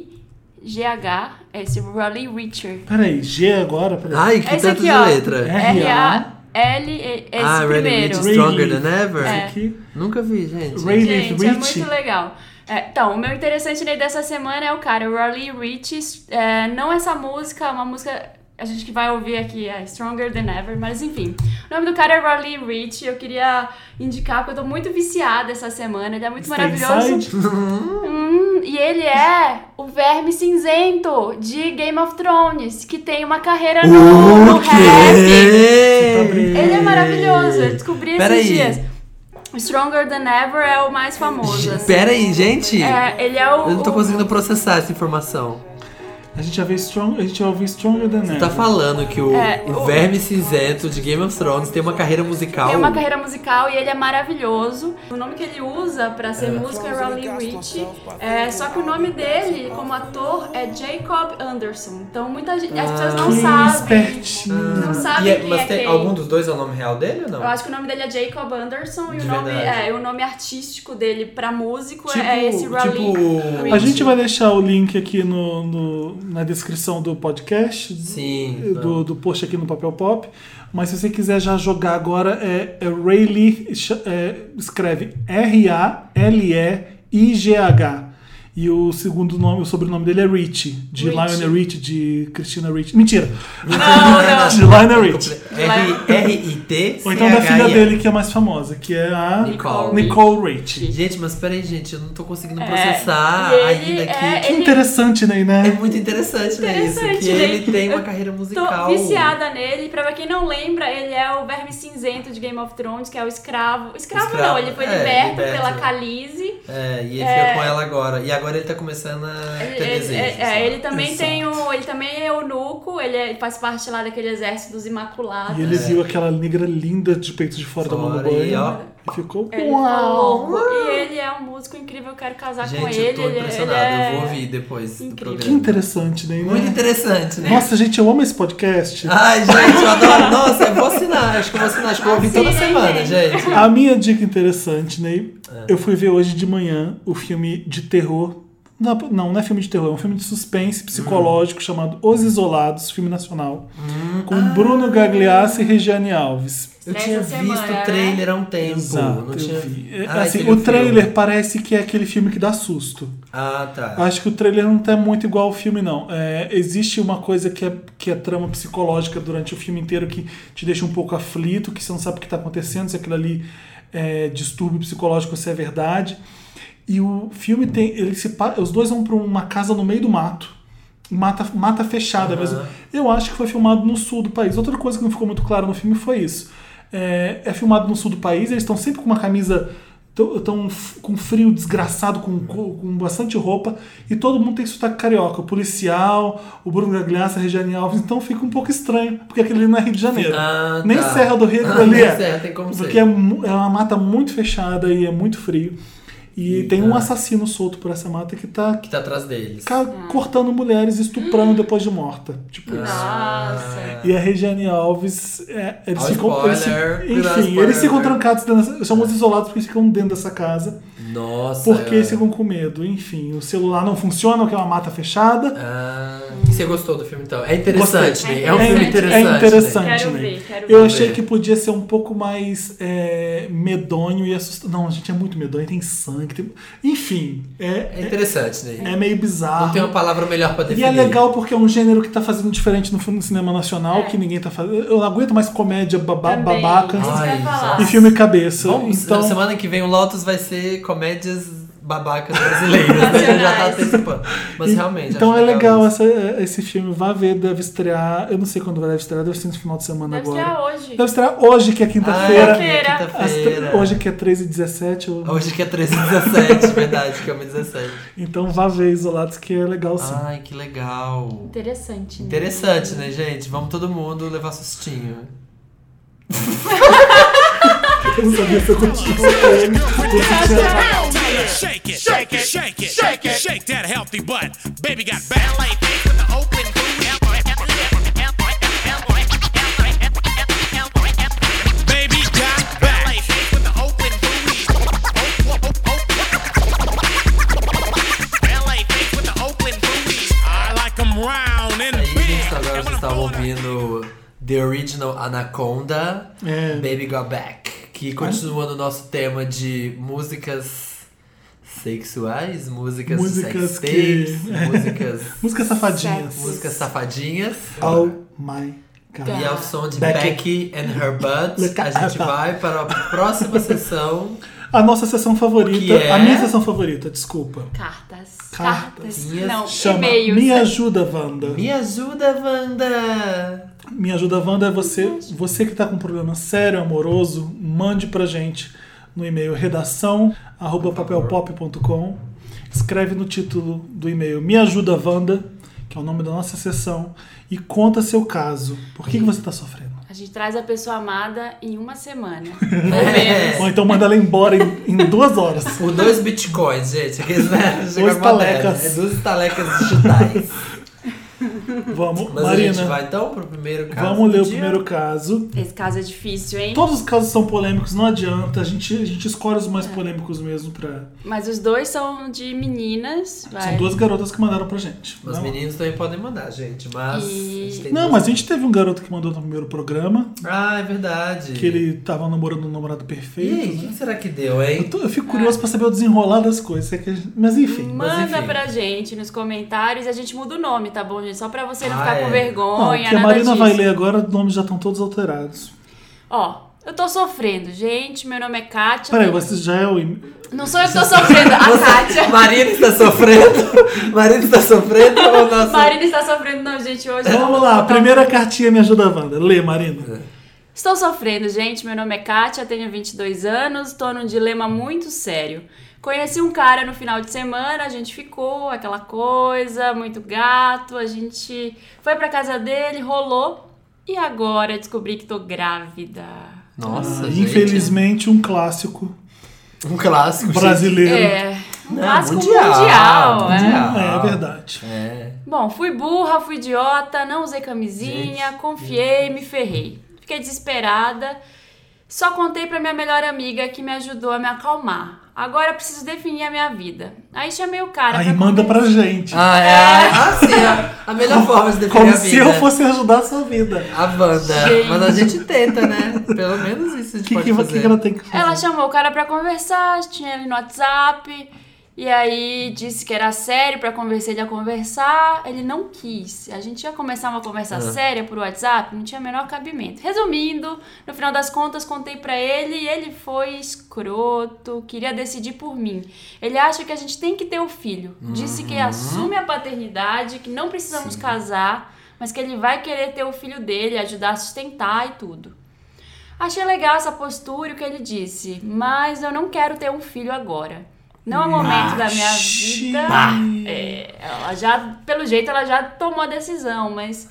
Speaker 3: R-A-L-E-I-G-H, é esse Raleigh Richard.
Speaker 1: Peraí, G agora? Peraí.
Speaker 2: Ai, que
Speaker 3: Esse
Speaker 2: tanto
Speaker 3: aqui,
Speaker 2: de
Speaker 3: ó.
Speaker 2: letra.
Speaker 1: É.
Speaker 3: R-A-L-E, esse
Speaker 2: ah, Ready
Speaker 3: primeiro. É.
Speaker 2: Rich Stronger Than Ever?
Speaker 1: Esse aqui.
Speaker 2: Nunca vi, gente.
Speaker 1: Ray- Raleigh
Speaker 3: Gente, é
Speaker 1: Rich.
Speaker 3: muito legal. É, então, o meu interessante né, dessa semana é o cara, o Raleigh Rich. é, não essa música, uma música a gente que vai ouvir aqui é Stronger Than Ever, mas enfim. O nome do cara é Raleigh Rich. Eu queria indicar porque eu tô muito viciada essa semana. Ele é muito
Speaker 1: Stay
Speaker 3: maravilhoso.
Speaker 1: inside.
Speaker 3: Hum, e ele é o verme cinzento de Game of Thrones, que tem uma carreira no, no
Speaker 2: É,
Speaker 3: rap.
Speaker 1: Você tá brincando.
Speaker 3: Ele é maravilhoso, eu descobri
Speaker 2: Pera
Speaker 3: esses
Speaker 2: aí.
Speaker 3: dias. O Stronger Than Ever é o mais famoso. assim.
Speaker 2: Pera aí, gente.
Speaker 3: É, ele é o.
Speaker 2: Eu não tô
Speaker 3: o-
Speaker 2: conseguindo processar essa informação.
Speaker 1: A gente já vê Strong, a gente já ouviu Stronger Than Ever.
Speaker 2: Tá falando que o,
Speaker 3: É,
Speaker 2: o
Speaker 3: o-
Speaker 2: Verme Cinzento de Game of Thrones tem uma carreira musical.
Speaker 3: Tem uma carreira musical e ele é maravilhoso. O nome que ele usa pra ser música é Rowley Rich. É, só que o nome dele, como ator, é Jacob Anderson. Então muita gente, as pessoas não
Speaker 1: que
Speaker 3: sabem.
Speaker 1: espertinho.
Speaker 3: Não
Speaker 2: E
Speaker 3: sabem
Speaker 2: é-
Speaker 3: quem
Speaker 2: mas
Speaker 3: é
Speaker 2: tem
Speaker 3: quem.
Speaker 2: algum dos dois é o nome real dele ou não?
Speaker 3: Eu acho que o nome dele é Jacob Anderson e
Speaker 2: De
Speaker 3: o nome,
Speaker 2: verdade.
Speaker 3: é, o nome artístico dele pra músico
Speaker 2: Tipo-
Speaker 3: é esse Rowley
Speaker 2: tipo-
Speaker 3: Rich.
Speaker 1: A gente vai deixar o link aqui no, no- na descrição do podcast.
Speaker 2: Sim.
Speaker 3: é Então.
Speaker 1: Do, do post aqui no Papel Pop. Mas se você quiser já jogar agora, é, é Rayleigh, ch- é, escreve R-A-L-E-I-G-H. E o segundo nome, o sobrenome dele é Rich, de
Speaker 3: Rich.
Speaker 1: Lionel Rich, de Christina Rich. Mentira!
Speaker 3: não.
Speaker 1: de Lionel Rich.
Speaker 2: R- R-I-T.
Speaker 1: Ou então da filha dele, que é mais famosa, que é a
Speaker 2: Nicole.
Speaker 1: Nicole Rich.
Speaker 2: Gente, mas peraí, gente, eu não tô conseguindo
Speaker 3: É,
Speaker 2: processar
Speaker 3: e ele
Speaker 2: ainda
Speaker 3: é-
Speaker 2: aqui.
Speaker 1: Que interessante, né?
Speaker 2: É,
Speaker 1: né?
Speaker 2: muito interessante, né? Isso,
Speaker 3: Interessante,
Speaker 2: que ele
Speaker 3: gente.
Speaker 2: tem uma
Speaker 3: Eu
Speaker 2: carreira musical.
Speaker 3: Tô viciada nele. Pra quem não lembra, ele é o verme cinzento de Game of Thrones, que é o escravo. Escravo,
Speaker 2: Escravo,
Speaker 3: não, ele foi
Speaker 2: é,
Speaker 3: liberto,
Speaker 2: liberto.
Speaker 3: pela Khaleesi.
Speaker 2: É, e ele
Speaker 3: É.
Speaker 2: fica com ela agora. E agora ele tá começando a
Speaker 3: Ele,
Speaker 2: ter
Speaker 3: ele-
Speaker 2: desejos.
Speaker 3: é, é,
Speaker 2: sabe?
Speaker 3: ele também tem o. Ele também é eunuco, ele é- faz parte lá daquele exército dos Imaculados.
Speaker 1: E ele viu aquela negra linda de peito de fora tomando
Speaker 2: É. Fora, e, ó.
Speaker 1: banho. E ficou.
Speaker 3: Ele ficou louco. E ele é um músico incrível, eu quero casar tá com
Speaker 2: Gente,
Speaker 3: ele.
Speaker 2: eu tô
Speaker 3: ele-
Speaker 2: impressionado.
Speaker 3: ele é-
Speaker 2: Eu vou ouvir depois do
Speaker 3: Incrível.
Speaker 1: Que
Speaker 2: programa.
Speaker 1: interessante, né?
Speaker 2: Muito interessante, né?
Speaker 1: Nossa, gente, eu amo esse podcast.
Speaker 2: Ai, gente, eu adoro. Nossa, eu vou assinar. Acho que eu vou assinar. Acho que eu vou ouvir toda
Speaker 3: Assinem,
Speaker 2: semana,
Speaker 3: gente.
Speaker 2: gente.
Speaker 1: A minha dica interessante, Ney,
Speaker 2: É.
Speaker 1: eu fui ver hoje de manhã o filme de terror. Não, não, não é filme de terror, é um filme de suspense
Speaker 2: Hum.
Speaker 1: psicológico chamado Os Isolados, filme nacional. Com
Speaker 2: Ah.
Speaker 1: Bruno Gagliasso e Regiane Alves.
Speaker 2: Eu
Speaker 3: Essa
Speaker 2: tinha
Speaker 3: semana, né?
Speaker 2: visto o trailer há um tempo.
Speaker 1: Exato,
Speaker 2: não
Speaker 1: eu
Speaker 2: tinha...
Speaker 1: vi. É,
Speaker 2: Ah,
Speaker 1: assim,
Speaker 2: aquele
Speaker 1: o
Speaker 2: filme.
Speaker 1: trailer parece que é aquele filme que dá susto.
Speaker 2: Ah, tá.
Speaker 1: Acho que o trailer não tá muito igual ao filme, não. É, existe uma coisa que é, que é trama psicológica durante o filme inteiro que te deixa um pouco aflito, que você não sabe o que tá acontecendo, se aquilo ali é distúrbio psicológico, se é verdade. E o filme tem. Ele se, pa- os dois vão pra uma casa no meio do mato. Mata, mata fechada mesmo. Eu acho que foi filmado no sul do país. Outra coisa que não ficou muito clara no filme foi isso. É, é filmado no sul do país, eles estão sempre com uma camisa. Estão com frio desgraçado, com, co- com bastante roupa, e todo mundo tem sotaque carioca. O policial, o Bruno Gagliasso, a Regiane Alves, então fica um pouco estranho, porque aquele ali não é Rio de Janeiro.
Speaker 2: Ah,
Speaker 1: nem
Speaker 2: tá.
Speaker 1: Serra do Rio
Speaker 2: Ah,
Speaker 1: aquilo ali
Speaker 2: nem
Speaker 1: é.
Speaker 2: Serra, tem como
Speaker 1: porque
Speaker 2: ser.
Speaker 1: é mu- é uma mata muito fechada e é muito frio. E tem
Speaker 2: tá.
Speaker 1: um assassino solto por essa mata que tá
Speaker 2: Que tá atrás deles.
Speaker 1: ca- cortando mulheres, estuprando depois de morta. Tipo isso.
Speaker 3: Nossa.
Speaker 1: E a Regiane Alves, é, eles,
Speaker 2: Ó,
Speaker 1: ficam, eles se-
Speaker 2: spoiler, cuidado,
Speaker 1: enfim, eles ficam
Speaker 2: spoiler.
Speaker 1: trancados, dentro dessa- são os isolados porque eles ficam dentro dessa casa,
Speaker 2: Nossa. é.
Speaker 1: porque eles ficam com medo. Enfim, o celular não funciona, porque é uma mata fechada.
Speaker 2: Ah, e você gostou do filme, então? É interessante,
Speaker 1: Gostei.
Speaker 2: né? É um filme
Speaker 1: É
Speaker 2: interessante.
Speaker 1: interessante,
Speaker 3: Quero
Speaker 1: né?
Speaker 3: ver, quero
Speaker 1: Eu
Speaker 3: ver.
Speaker 1: achei que podia ser um pouco mais é, medonho e assustador. Não, a gente é muito medonho, tem sangue, tem- enfim,
Speaker 2: Né? É
Speaker 1: é,
Speaker 2: interessante, né?
Speaker 1: é meio
Speaker 2: Não
Speaker 1: bizarro.
Speaker 2: tem uma palavra melhor pra
Speaker 1: E
Speaker 2: definir.
Speaker 1: é legal porque é um gênero que tá fazendo diferente no filme- no cinema nacional, que ninguém tá fazendo. Eu não aguento mais comédia baba,
Speaker 3: É. Também,
Speaker 1: babaca
Speaker 3: isso que eu ia
Speaker 2: Ai,
Speaker 3: falar.
Speaker 1: e filme cabeça.
Speaker 2: Vamos,
Speaker 1: então,
Speaker 2: semana que vem o Lotus vai ser comédias babacas brasileiras, né? Já tá
Speaker 3: Nacionais.
Speaker 2: antecipando. Mas realmente,
Speaker 1: então
Speaker 2: acho
Speaker 1: é legal,
Speaker 2: isso.
Speaker 1: essa- esse filme. Vá ver, deve estrear. Eu não sei quando vai estrear, deve ser no final de semana
Speaker 3: Deve
Speaker 1: tá agora.
Speaker 3: estrear hoje.
Speaker 1: Deve estrear hoje, que é
Speaker 2: Ah,
Speaker 1: quinta-feira.
Speaker 2: é
Speaker 1: Às tre-
Speaker 2: quinta-feira.
Speaker 1: Hoje que é 13h17. eu-
Speaker 2: Hoje que é 317, verdade, que é o 17.
Speaker 1: Então vá ver Isolados, que é legal sim.
Speaker 2: Ai, que legal.
Speaker 3: Interessante. né?
Speaker 2: Interessante, né, gente? Vamos todo mundo levar sustinho.
Speaker 1: Eu não sabia se eu curti isso mesmo.
Speaker 7: Shake it, shake it, shake it, shake it, shake that healthy butt. Baby got ballet feet with the open booty. Baby got ballet feet with the open booty. Ballet feet with the open booty. I like 'em round and
Speaker 2: Aí, gente, agora vocês estavam
Speaker 7: big.
Speaker 2: ouvindo The Original Anaconda,
Speaker 1: É.
Speaker 2: Baby Got Back, que continua no nosso tema de músicas sexuais, músicas,
Speaker 1: Músicas
Speaker 2: sex
Speaker 1: que- É.
Speaker 2: tapes, músicas,
Speaker 1: Música safadinha.
Speaker 2: músicas safadinhas.
Speaker 1: Oh my god.
Speaker 2: E ao som de
Speaker 1: Becky.
Speaker 2: Becky, and Her Butt,
Speaker 1: Look
Speaker 2: a
Speaker 1: at
Speaker 2: gente
Speaker 1: her butt.
Speaker 2: vai para a próxima sessão.
Speaker 1: A nossa sessão favorita.
Speaker 2: Que é?
Speaker 1: A minha sessão favorita, desculpa.
Speaker 3: Cartas.
Speaker 1: Cartas.
Speaker 3: Cartas. Não,
Speaker 1: Chama
Speaker 3: e-mails.
Speaker 1: Me Ajuda, Wanda.
Speaker 2: Me ajuda, Wanda!
Speaker 1: Me Ajuda, Wanda é você, você que tá com um problema sério, amoroso, mande pra gente no e-mail redação arroba papelpop.com. Escreve no título do e-mail Me Ajuda, Wanda, que é o nome da nossa sessão, e conta seu caso. Por que, que você está sofrendo?
Speaker 3: A gente traz a pessoa amada em uma semana. Tá
Speaker 2: É.
Speaker 1: Ou então manda ela embora em, em duas horas.
Speaker 2: Por dois bitcoins, gente. Aqueles, né?
Speaker 1: Duas
Speaker 2: Chega moderno.
Speaker 1: talecas.
Speaker 2: É duas talecas digitais.
Speaker 1: Vamos,
Speaker 2: Mas a gente
Speaker 1: Marina,
Speaker 2: vai então pro primeiro caso.
Speaker 1: vamos
Speaker 2: do
Speaker 1: ler o
Speaker 2: dia?
Speaker 1: primeiro caso.
Speaker 3: Esse caso é difícil, hein?
Speaker 1: Todos os casos são polêmicos, não adianta. A gente, a gente escolhe os
Speaker 3: É.
Speaker 1: mais polêmicos mesmo pra.
Speaker 3: Mas os dois são de meninas. Vai.
Speaker 1: São duas garotas que mandaram pra gente.
Speaker 2: Os
Speaker 1: Não-
Speaker 2: meninos também podem mandar, gente, mas.
Speaker 3: E-
Speaker 2: a gente tem
Speaker 1: Não,
Speaker 2: duas-
Speaker 1: mas a gente teve um garoto que mandou no primeiro programa,
Speaker 2: Ah, é verdade.
Speaker 1: que ele tava namorando um namorado
Speaker 2: E
Speaker 1: perfeito.
Speaker 2: aí, o
Speaker 1: né?
Speaker 2: que será que deu, hein?
Speaker 1: Eu, tô- eu fico curioso pra saber o desenrolar das coisas. é que a gente- Mas enfim.
Speaker 2: Mas
Speaker 3: Manda
Speaker 2: enfim.
Speaker 3: pra gente nos comentários. A gente muda o nome, tá bom, gente? Só pra você não
Speaker 2: Ah,
Speaker 3: ficar
Speaker 2: é.
Speaker 3: com
Speaker 1: Não, o que
Speaker 3: vergonha,
Speaker 1: a
Speaker 3: nada
Speaker 1: Marina
Speaker 3: disso.
Speaker 1: vai ler agora, os nomes já estão todos alterados.
Speaker 3: Ó, eu tô sofrendo, gente. Meu nome é Kátia.
Speaker 1: Peraí, você já é o. e-
Speaker 3: Não sou eu que tô sofrendo, a Kátia.
Speaker 2: Marina está sofrendo? Marina está sofrendo ou nossa.
Speaker 3: Marina está sofrendo, não, gente, hoje.
Speaker 1: Vamos lá, a primeira cartinha me ajuda, Wanda. Lê, Marina.
Speaker 2: É,
Speaker 3: Estou sofrendo, gente. Meu nome é Kátia, tenho 22 anos, estou num dilema muito sério. Conheci um cara no final de semana, a gente ficou, aquela coisa, muito gato, a gente foi pra casa dele, rolou e agora descobri que tô grávida.
Speaker 1: Ah,
Speaker 2: Nossa, tá gente.
Speaker 1: Infelizmente, um clássico
Speaker 2: Um clássico. gente.
Speaker 1: brasileiro.
Speaker 3: É, um
Speaker 2: Não,
Speaker 3: clássico
Speaker 2: mundial,
Speaker 3: mundial.
Speaker 2: mundial.
Speaker 3: é.
Speaker 1: É, é verdade.
Speaker 2: Ah, É.
Speaker 3: Bom, fui burra, fui idiota, não usei camisinha, confiei, me ferrei. Fiquei desesperada. Só contei pra minha melhor amiga que me ajudou a me acalmar. Agora preciso definir a minha vida. Aí chamei o cara.
Speaker 1: Aí manda pra
Speaker 3: conversar.
Speaker 1: gente.
Speaker 2: Ah, é. a- Ah, sim, a, a melhor forma de definir
Speaker 1: Como
Speaker 2: a vida.
Speaker 1: se eu fosse ajudar a sua vida.
Speaker 2: A Wanda.
Speaker 3: Gente.
Speaker 2: Mas a gente tenta, né? Pelo menos isso a
Speaker 1: O
Speaker 2: gente
Speaker 1: que,
Speaker 2: pode
Speaker 1: que,
Speaker 2: fazer.
Speaker 1: que ela tem que fazer?
Speaker 3: Ela chamou o cara pra conversar, tinha ele no WhatsApp. E aí disse que era sério pra convencer ele a conversar. Ele não quis. A gente ia começar uma conversa séria por WhatsApp, não tinha o menor cabimento. Resumindo, no final das contas contei pra ele e ele foi escroto, queria decidir por mim. Ele acha que a gente tem que ter o filho. Disse que assume a paternidade, que não precisamos casar, mas que ele vai querer ter o filho dele, ajudar a sustentar e tudo. Achei legal essa postura e o que ele disse, mas eu não quero ter um filho agora. Não é o momento da minha vida. É, ela já, pelo jeito, ela já tomou a decisão, mas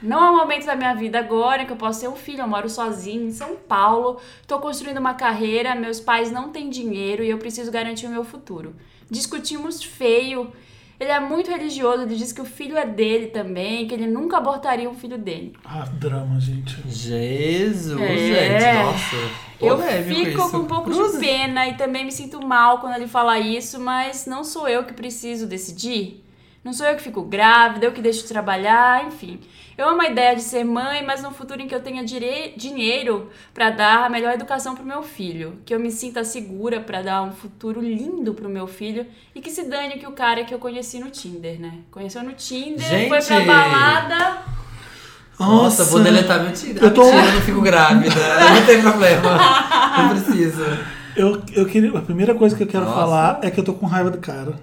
Speaker 3: não é o momento da minha vida agora que eu posso ter um filho. Eu moro sozinha em São Paulo, tô construindo uma carreira, meus pais não têm dinheiro e eu preciso garantir o meu futuro. Discutimos feio. Ele é muito religioso, ele diz que o filho é dele também, que ele nunca abortaria um filho dele.
Speaker 1: Ah, drama, gente.
Speaker 2: Jesus,
Speaker 3: É.
Speaker 2: gente. Nossa.
Speaker 3: Eu
Speaker 2: polêmico
Speaker 3: fico
Speaker 2: isso.
Speaker 3: com um pouco
Speaker 2: Cruza.
Speaker 3: de pena e também me sinto mal quando ele fala isso, mas não sou eu que preciso decidir. Não sou eu que fico grávida, eu que deixo de trabalhar, enfim. Eu amo a ideia de ser mãe, mas no futuro em que eu tenha dire... dinheiro pra dar a melhor educação pro meu filho, que eu me sinta segura pra dar um futuro lindo pro meu filho e que se dane que o cara que eu conheci no Tinder, né? Conheceu no Tinder, foi pra
Speaker 2: Gente!
Speaker 3: balada.
Speaker 2: Nossa, vou deletar meu Tinder. Eu,
Speaker 1: Eu tô-
Speaker 2: eu não fico grávida. não tem problema. Não precisa.
Speaker 1: Eu, eu queria, a primeira coisa que eu quero
Speaker 2: Nossa.
Speaker 1: falar é que eu tô com raiva do cara.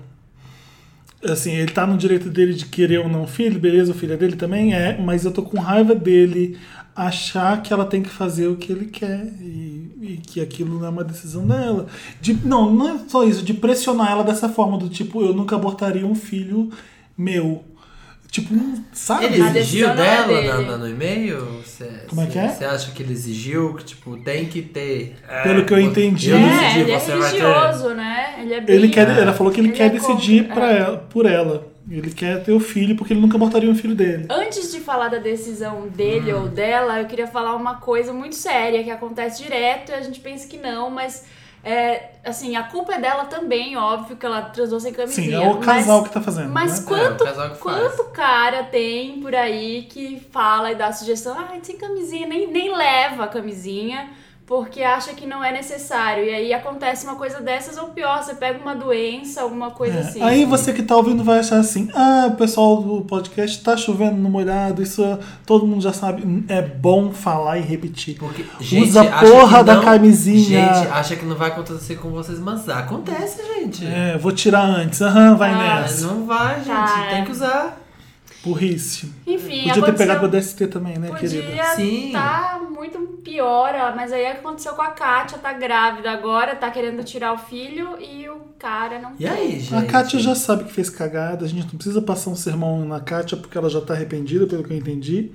Speaker 1: Assim, ele tá no direito dele de querer ou não filho, beleza, o filho é dele também é, mas eu tô com raiva dele achar que ela tem que fazer o que ele quer e, e que aquilo não é uma decisão dela. De, não, não é só isso, de pressionar ela dessa forma, do tipo, eu nunca abortaria um filho meu. Tipo, não- sabe?
Speaker 2: Ele
Speaker 3: A
Speaker 2: exigiu
Speaker 3: decisão não é
Speaker 2: dela
Speaker 3: dele.
Speaker 2: na- na- no e-mail? Cê-
Speaker 1: Como é
Speaker 2: cê-
Speaker 1: que é?
Speaker 2: Você acha que ele exigiu que, tipo, tem que ter. É,
Speaker 1: Pelo que eu entendi,
Speaker 2: Eu
Speaker 1: ele-
Speaker 2: decidi,
Speaker 3: É, ele é
Speaker 2: você vai ter.
Speaker 3: religioso, né? Ele é bem...
Speaker 1: Ele quer, ela falou que ele,
Speaker 3: Ele
Speaker 1: quer
Speaker 3: é
Speaker 1: decidir
Speaker 3: contra-
Speaker 1: pra ela- por ela. Ele quer ter o filho porque ele nunca abortaria um filho dele.
Speaker 3: Antes de falar da decisão dele
Speaker 1: Hum.
Speaker 3: ou dela, eu queria falar uma coisa muito séria que acontece direto e a gente pensa que não, mas é, assim, a culpa é dela também, óbvio que ela transou sem camisinha.
Speaker 1: Sim, é o
Speaker 3: mas-
Speaker 1: casal que tá fazendo.
Speaker 3: Mas
Speaker 1: né?
Speaker 2: É,
Speaker 3: quanto,
Speaker 2: o casal que faz.
Speaker 3: quanto cara tem por aí que fala e dá sugestão, ah, sem camisinha, nem, nem leva a camisinha, porque acha que não é necessário. E aí acontece uma coisa dessas ou pior, você pega uma doença, alguma coisa
Speaker 1: É,
Speaker 3: assim.
Speaker 1: Aí você que tá ouvindo vai achar assim: ah, o pessoal do podcast tá chovendo no molhado, isso é- todo mundo já sabe. É bom falar e repetir.
Speaker 2: Porque,
Speaker 1: Usa a
Speaker 2: acha que
Speaker 1: porra
Speaker 2: não-
Speaker 1: da camisinha.
Speaker 2: Gente, acha que não vai acontecer com vocês, mas acontece, gente.
Speaker 1: É, vou É, tirar antes, aham, vai
Speaker 3: Ah,
Speaker 2: Mas
Speaker 1: nessa.
Speaker 3: Tá,
Speaker 2: Não vai, gente.
Speaker 3: Cara.
Speaker 2: Tem que usar.
Speaker 1: Burrice.
Speaker 3: Enfim,
Speaker 1: Podia ter
Speaker 3: aconteceu-
Speaker 1: pegado o DST também, né, querida?
Speaker 3: Podia
Speaker 2: Sim.
Speaker 3: tá muito pior, ó, mas aí é o que aconteceu com a Kátia, tá grávida agora, tá querendo tirar o filho e o cara não
Speaker 2: E aí, gente?
Speaker 1: A Kátia já sabe que fez cagada, a gente não precisa passar um sermão na Kátia porque ela já tá arrependida, pelo que eu entendi.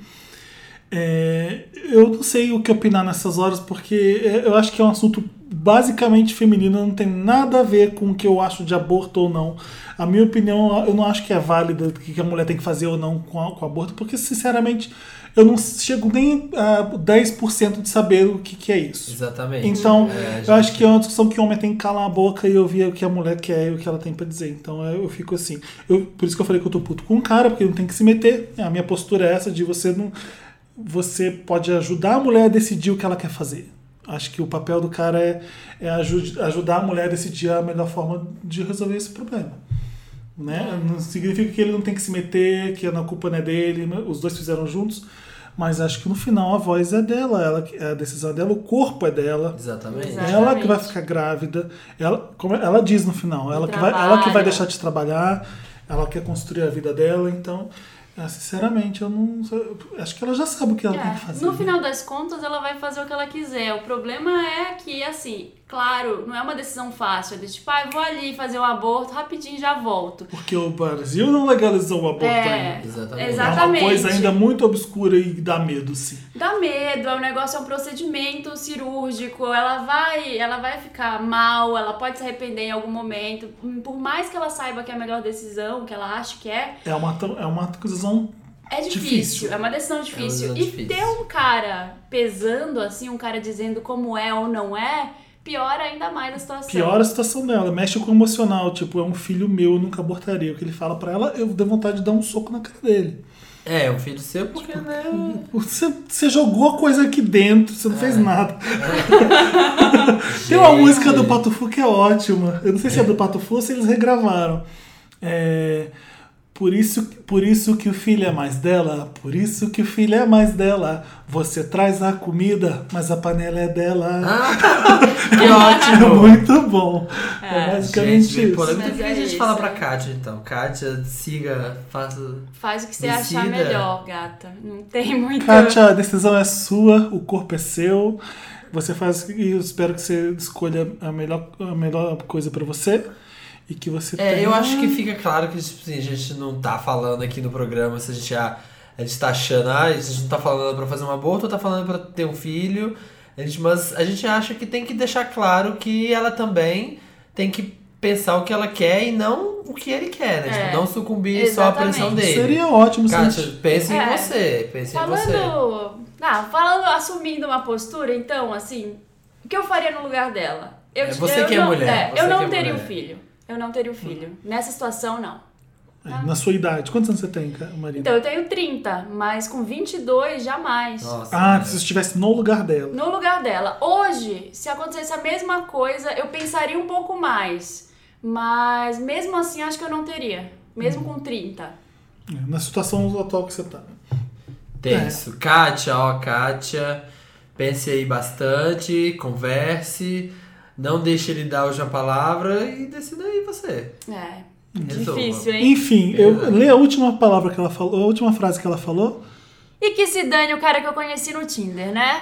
Speaker 1: É, eu não sei o que opinar nessas horas, porque é, eu acho que é um assunto basicamente feminino, não tem nada a ver com o que eu acho de aborto ou não. A minha opinião, eu não acho que é válida o que a mulher tem que fazer ou não com, a- com o aborto, porque sinceramente eu não chego nem a 10% de saber o que, que é isso.
Speaker 2: Exatamente.
Speaker 1: Então,
Speaker 2: É, a gente-
Speaker 1: eu acho que é uma discussão que o homem tem que calar a boca e ouvir o que a mulher quer e o que ela tem pra dizer. Então eu eu fico assim. Eu, por isso que eu falei que eu tô puto com o cara, porque ele não tem que se meter. A minha postura é essa de você não. Você pode ajudar a mulher a decidir o que ela quer fazer. Acho que o papel do cara é, é aju- ajudar a mulher a decidir a melhor forma de resolver esse problema. Né? Não significa que ele não tem que se meter, que a culpa não é dele, né? os dois fizeram juntos. Mas aacho que no final a voz é dela, ela, a decisão é dela, o corpo é dela.
Speaker 2: Exatamente.
Speaker 3: Exato.
Speaker 1: Ela que
Speaker 3: Exatamente.
Speaker 1: vai ficar grávida, ela, como ela diz no final, ela que, vai,
Speaker 3: Trabalha.
Speaker 1: ela que vai deixar de trabalhar, ela quer construir a vida dela, então, é, sinceramente, eu não. eu Acho que ela já sabe o que ela tem que
Speaker 3: É,
Speaker 1: fazer.
Speaker 3: no
Speaker 1: né?
Speaker 3: final das contas, ela vai fazer o que ela quiser. O problema é que, assim, claro, não é uma decisão fácil. É do tipo, ah, eu vou ali fazer o aborto, rapidinho já volto.
Speaker 1: Porque o Brasil não legalizou o aborto
Speaker 3: É,
Speaker 1: ainda.
Speaker 2: Exatamente.
Speaker 3: exatamente.
Speaker 1: É uma coisa ainda muito obscura e dá medo, sim.
Speaker 3: Dá medo, é um negócio, é um procedimento cirúrgico, ela vai, ela vai ficar mal, ela pode se arrepender em algum momento. Por mais que ela saiba que é a melhor decisão, que ela acha que é,
Speaker 1: É uma, tra- é uma acusação.
Speaker 3: É difícil,
Speaker 1: Difícil.
Speaker 3: é uma decisão difícil.
Speaker 2: É uma decisão
Speaker 3: e
Speaker 2: difícil.
Speaker 3: ter um cara pesando assim, um cara dizendo como é ou não é, piora ainda mais a situação.
Speaker 1: Piora a situação dela, mexe com o emocional. Tipo, é um filho meu, eu nunca abortaria. O que ele fala pra ela, eu dou vontade de dar um soco na cara dele.
Speaker 2: É, um filho seu porque, né?
Speaker 1: Você, você jogou a coisa aqui dentro, você não
Speaker 2: É.
Speaker 1: fez nada. Tem uma
Speaker 2: Gente.
Speaker 1: música do Patufu que é ótima. Eu não sei se é do Patufu ou se eles regravaram. É, por, isso, por isso que o filho é mais dela, por isso que o filho é mais dela. Você traz a comida, mas a panela é
Speaker 2: Ah,
Speaker 1: dela.
Speaker 2: Que
Speaker 1: é
Speaker 2: ótimo!
Speaker 1: muito bom. É, basicamente
Speaker 2: Gente, bem
Speaker 1: isso.
Speaker 2: polêmico. Então,
Speaker 3: Mas
Speaker 2: O que
Speaker 3: é
Speaker 2: a gente
Speaker 3: isso,
Speaker 2: fala pra
Speaker 3: né?
Speaker 2: Kátia, então? Kátia, siga, faça...
Speaker 3: Faz o que você
Speaker 2: Decida.
Speaker 3: achar melhor, gata. Não tem muito.
Speaker 1: Kátia, a decisão é sua, o corpo é seu. Você faz e eu espero que você escolha a melhor, a melhor coisa pra você e que você
Speaker 2: É,
Speaker 1: tenha-
Speaker 2: eu acho que fica claro que tipo, assim, a gente não tá falando aqui no programa se a gente, ah, a gente tá achando, ah, a gente não tá falando pra fazer um aborto ou tá falando pra ter um filho. A gente, mas a gente acha que tem que deixar claro que ela também tem que pensar o que ela quer e não o que ele quer, né?
Speaker 3: É.
Speaker 2: Tipo, não sucumbir só à
Speaker 3: Exatamente.
Speaker 2: pressão dele.
Speaker 1: seria ótimo. se a
Speaker 2: Kátia,
Speaker 1: gente-
Speaker 2: pense em
Speaker 3: É.
Speaker 2: você, pense em você.
Speaker 3: Falando. Ah, falando, assumindo uma postura, então, assim, o que eu faria no lugar dela? Eu,
Speaker 2: É, você que é
Speaker 3: não,
Speaker 2: mulher,
Speaker 3: eu
Speaker 2: você
Speaker 3: não
Speaker 2: que é
Speaker 3: teria
Speaker 2: mulher. Hum.
Speaker 3: um filho. Eu não teria um filho. Nessa situação, não.
Speaker 1: É, Na sua idade, quantos anos você tem, Ca- Marina?
Speaker 3: Então, eu tenho 30, mas com 22, jamais.
Speaker 2: Nossa,
Speaker 1: ah,
Speaker 2: né?
Speaker 1: se você estivesse no lugar dela.
Speaker 3: no lugar dela. Hoje, se acontecesse a mesma coisa, eu pensaria um pouco mais. Mas mesmo assim, acho que eu não teria. Mesmo
Speaker 2: Hum.
Speaker 3: com 30.
Speaker 1: É, Na situação atual que você tá.
Speaker 2: Tenso. Kátia, ó, Kátia, pense aí bastante, converse, não deixe ele dar hoje a palavra e decida aí você.
Speaker 3: É.
Speaker 2: Resolva.
Speaker 3: Difícil, hein?
Speaker 1: Enfim, eu lê a última palavra que ela falou, a última frase que ela falou.
Speaker 3: E que se dane o cara que eu conheci no Tinder, né?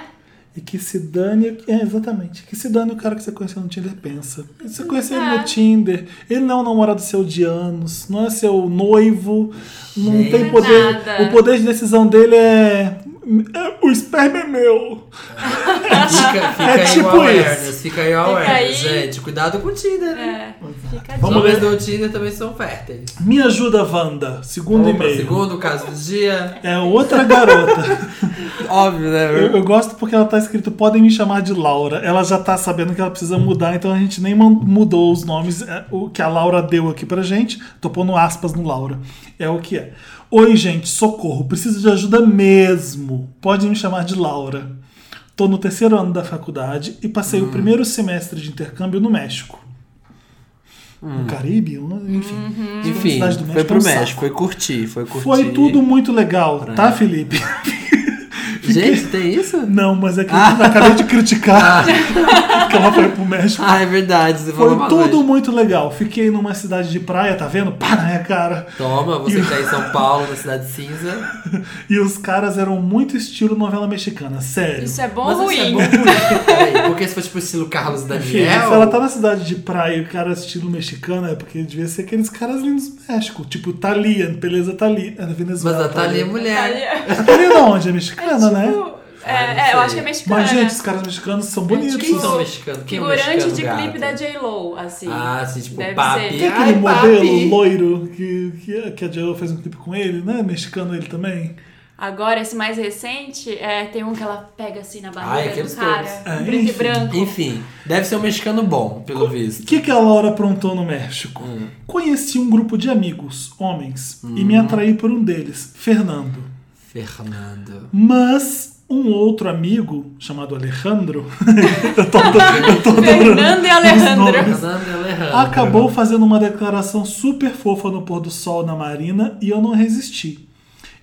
Speaker 1: E que se dane. É, exatamente. Que se dane o cara que você conheceu no Tinder pensa. Você conheceu ele
Speaker 3: É.
Speaker 1: no Tinder, ele não é um namorado seu de anos, não é seu noivo, não
Speaker 2: Gente.
Speaker 1: tem poder.
Speaker 3: Nada.
Speaker 1: O poder de decisão dele é. é, o esperma é meu.
Speaker 2: Fica, fica
Speaker 1: É
Speaker 2: aí
Speaker 1: tipo
Speaker 2: o
Speaker 1: isso.
Speaker 2: awareness, fica aí o
Speaker 3: aí.
Speaker 2: awareness, gente. Cuidado com o Tinder, né?
Speaker 3: É. Fica a
Speaker 2: Os
Speaker 1: Vamos
Speaker 3: dica.
Speaker 2: homens do Tinder também são férteis.
Speaker 1: Me ajuda, Wanda. Segundo
Speaker 2: Vamos pro
Speaker 1: e-mail.
Speaker 2: segundo caso do dia.
Speaker 1: É outra garota.
Speaker 2: Óbvio,
Speaker 1: Eu,
Speaker 2: né?
Speaker 1: eu gosto porque ela tá escrito podem me chamar de Laura. Ela já tá sabendo que ela precisa mudar, então a gente nem man- mudou os nomes, é, o que a Laura deu aqui pra gente. Tô pondo aspas no Laura. É o que é. Oi, gente, socorro. Preciso de ajuda mesmo. Podem me chamar de Laura. Tô no terceiro ano da faculdade e passei o primeiro semestre de intercâmbio no México. No Caribe, um- enfim.
Speaker 2: Enfim,
Speaker 1: Cidade do México é um saco.
Speaker 2: foi curtir, foi curtir.
Speaker 1: Foi tudo muito legal, tá, Felipe?
Speaker 2: Gente, tem isso?
Speaker 1: Não, mas é que eu acabei de criticar que ela foi pro México.
Speaker 2: Ah, é verdade. Você falou
Speaker 1: Foi
Speaker 2: uma
Speaker 1: tudo
Speaker 2: coisa.
Speaker 1: muito legal. Fiquei numa cidade de praia, tá vendo? Pá na minha cara.
Speaker 2: Toma, você que tá em São Paulo, na cidade cinza.
Speaker 1: E os caras eram muito estilo novela mexicana, sério.
Speaker 3: Isso é bom
Speaker 2: Mas
Speaker 3: ou
Speaker 2: isso é
Speaker 3: ruim?
Speaker 2: bom ou ruim? Peraí, porque se fosse pro estilo Carlos
Speaker 1: Enfim, Se
Speaker 2: Daniel.
Speaker 1: ela tá na cidade de praia e o cara é estilo mexicano, é porque devia ser aqueles caras lindos do México. Tipo, Thalia, beleza, Thalia. Era
Speaker 2: Mas
Speaker 1: Venezuela. tá
Speaker 2: a Thalia é mulher.
Speaker 3: É,
Speaker 1: A Thalia da onde? É mexicana, né?
Speaker 3: tipo,
Speaker 2: Ah,
Speaker 3: é, é, eu acho que é mexicana.
Speaker 1: Mas, gente, os
Speaker 3: né?
Speaker 1: caras mexicanos são
Speaker 3: Tipo,
Speaker 1: bonitos.
Speaker 2: Quem são mexicanos? Quem é um
Speaker 3: Figurante
Speaker 2: mexicano
Speaker 3: de
Speaker 2: gato?
Speaker 3: clipe da J-Lo, assim.
Speaker 2: Ah, assim, tipo,
Speaker 3: Deve
Speaker 2: papi.
Speaker 1: Tem
Speaker 3: ser.
Speaker 1: é aquele
Speaker 2: Ai,
Speaker 1: modelo
Speaker 2: papi.
Speaker 1: loiro que, que, que a J.O. fez um clipe com ele, né? Mexicano ele também.
Speaker 3: Agora, esse mais recente, é, tem um que ela pega assim na
Speaker 2: Ai,
Speaker 3: barriga
Speaker 2: aqueles
Speaker 3: do cara. Um
Speaker 2: todos.
Speaker 1: Ah,
Speaker 3: preto e
Speaker 1: enfim.
Speaker 3: branco.
Speaker 2: Enfim, deve ser um mexicano bom, pelo
Speaker 1: O
Speaker 2: visto.
Speaker 1: que, que a Laura aprontou no México?
Speaker 2: Hum.
Speaker 1: Conheci um grupo de amigos, homens, e me atraí por um deles, Fernando.
Speaker 2: Fernando.
Speaker 1: Mas um outro amigo, chamado Alejandro, eu tô, ado- eu tô adorando,
Speaker 3: Fernando e
Speaker 1: Os
Speaker 3: Alejandro.
Speaker 1: nomes.
Speaker 2: Fernando e
Speaker 1: Ah.
Speaker 2: Alejandro.
Speaker 1: acabou fazendo uma declaração super fofa no pôr do sol na marina e eu não resisti.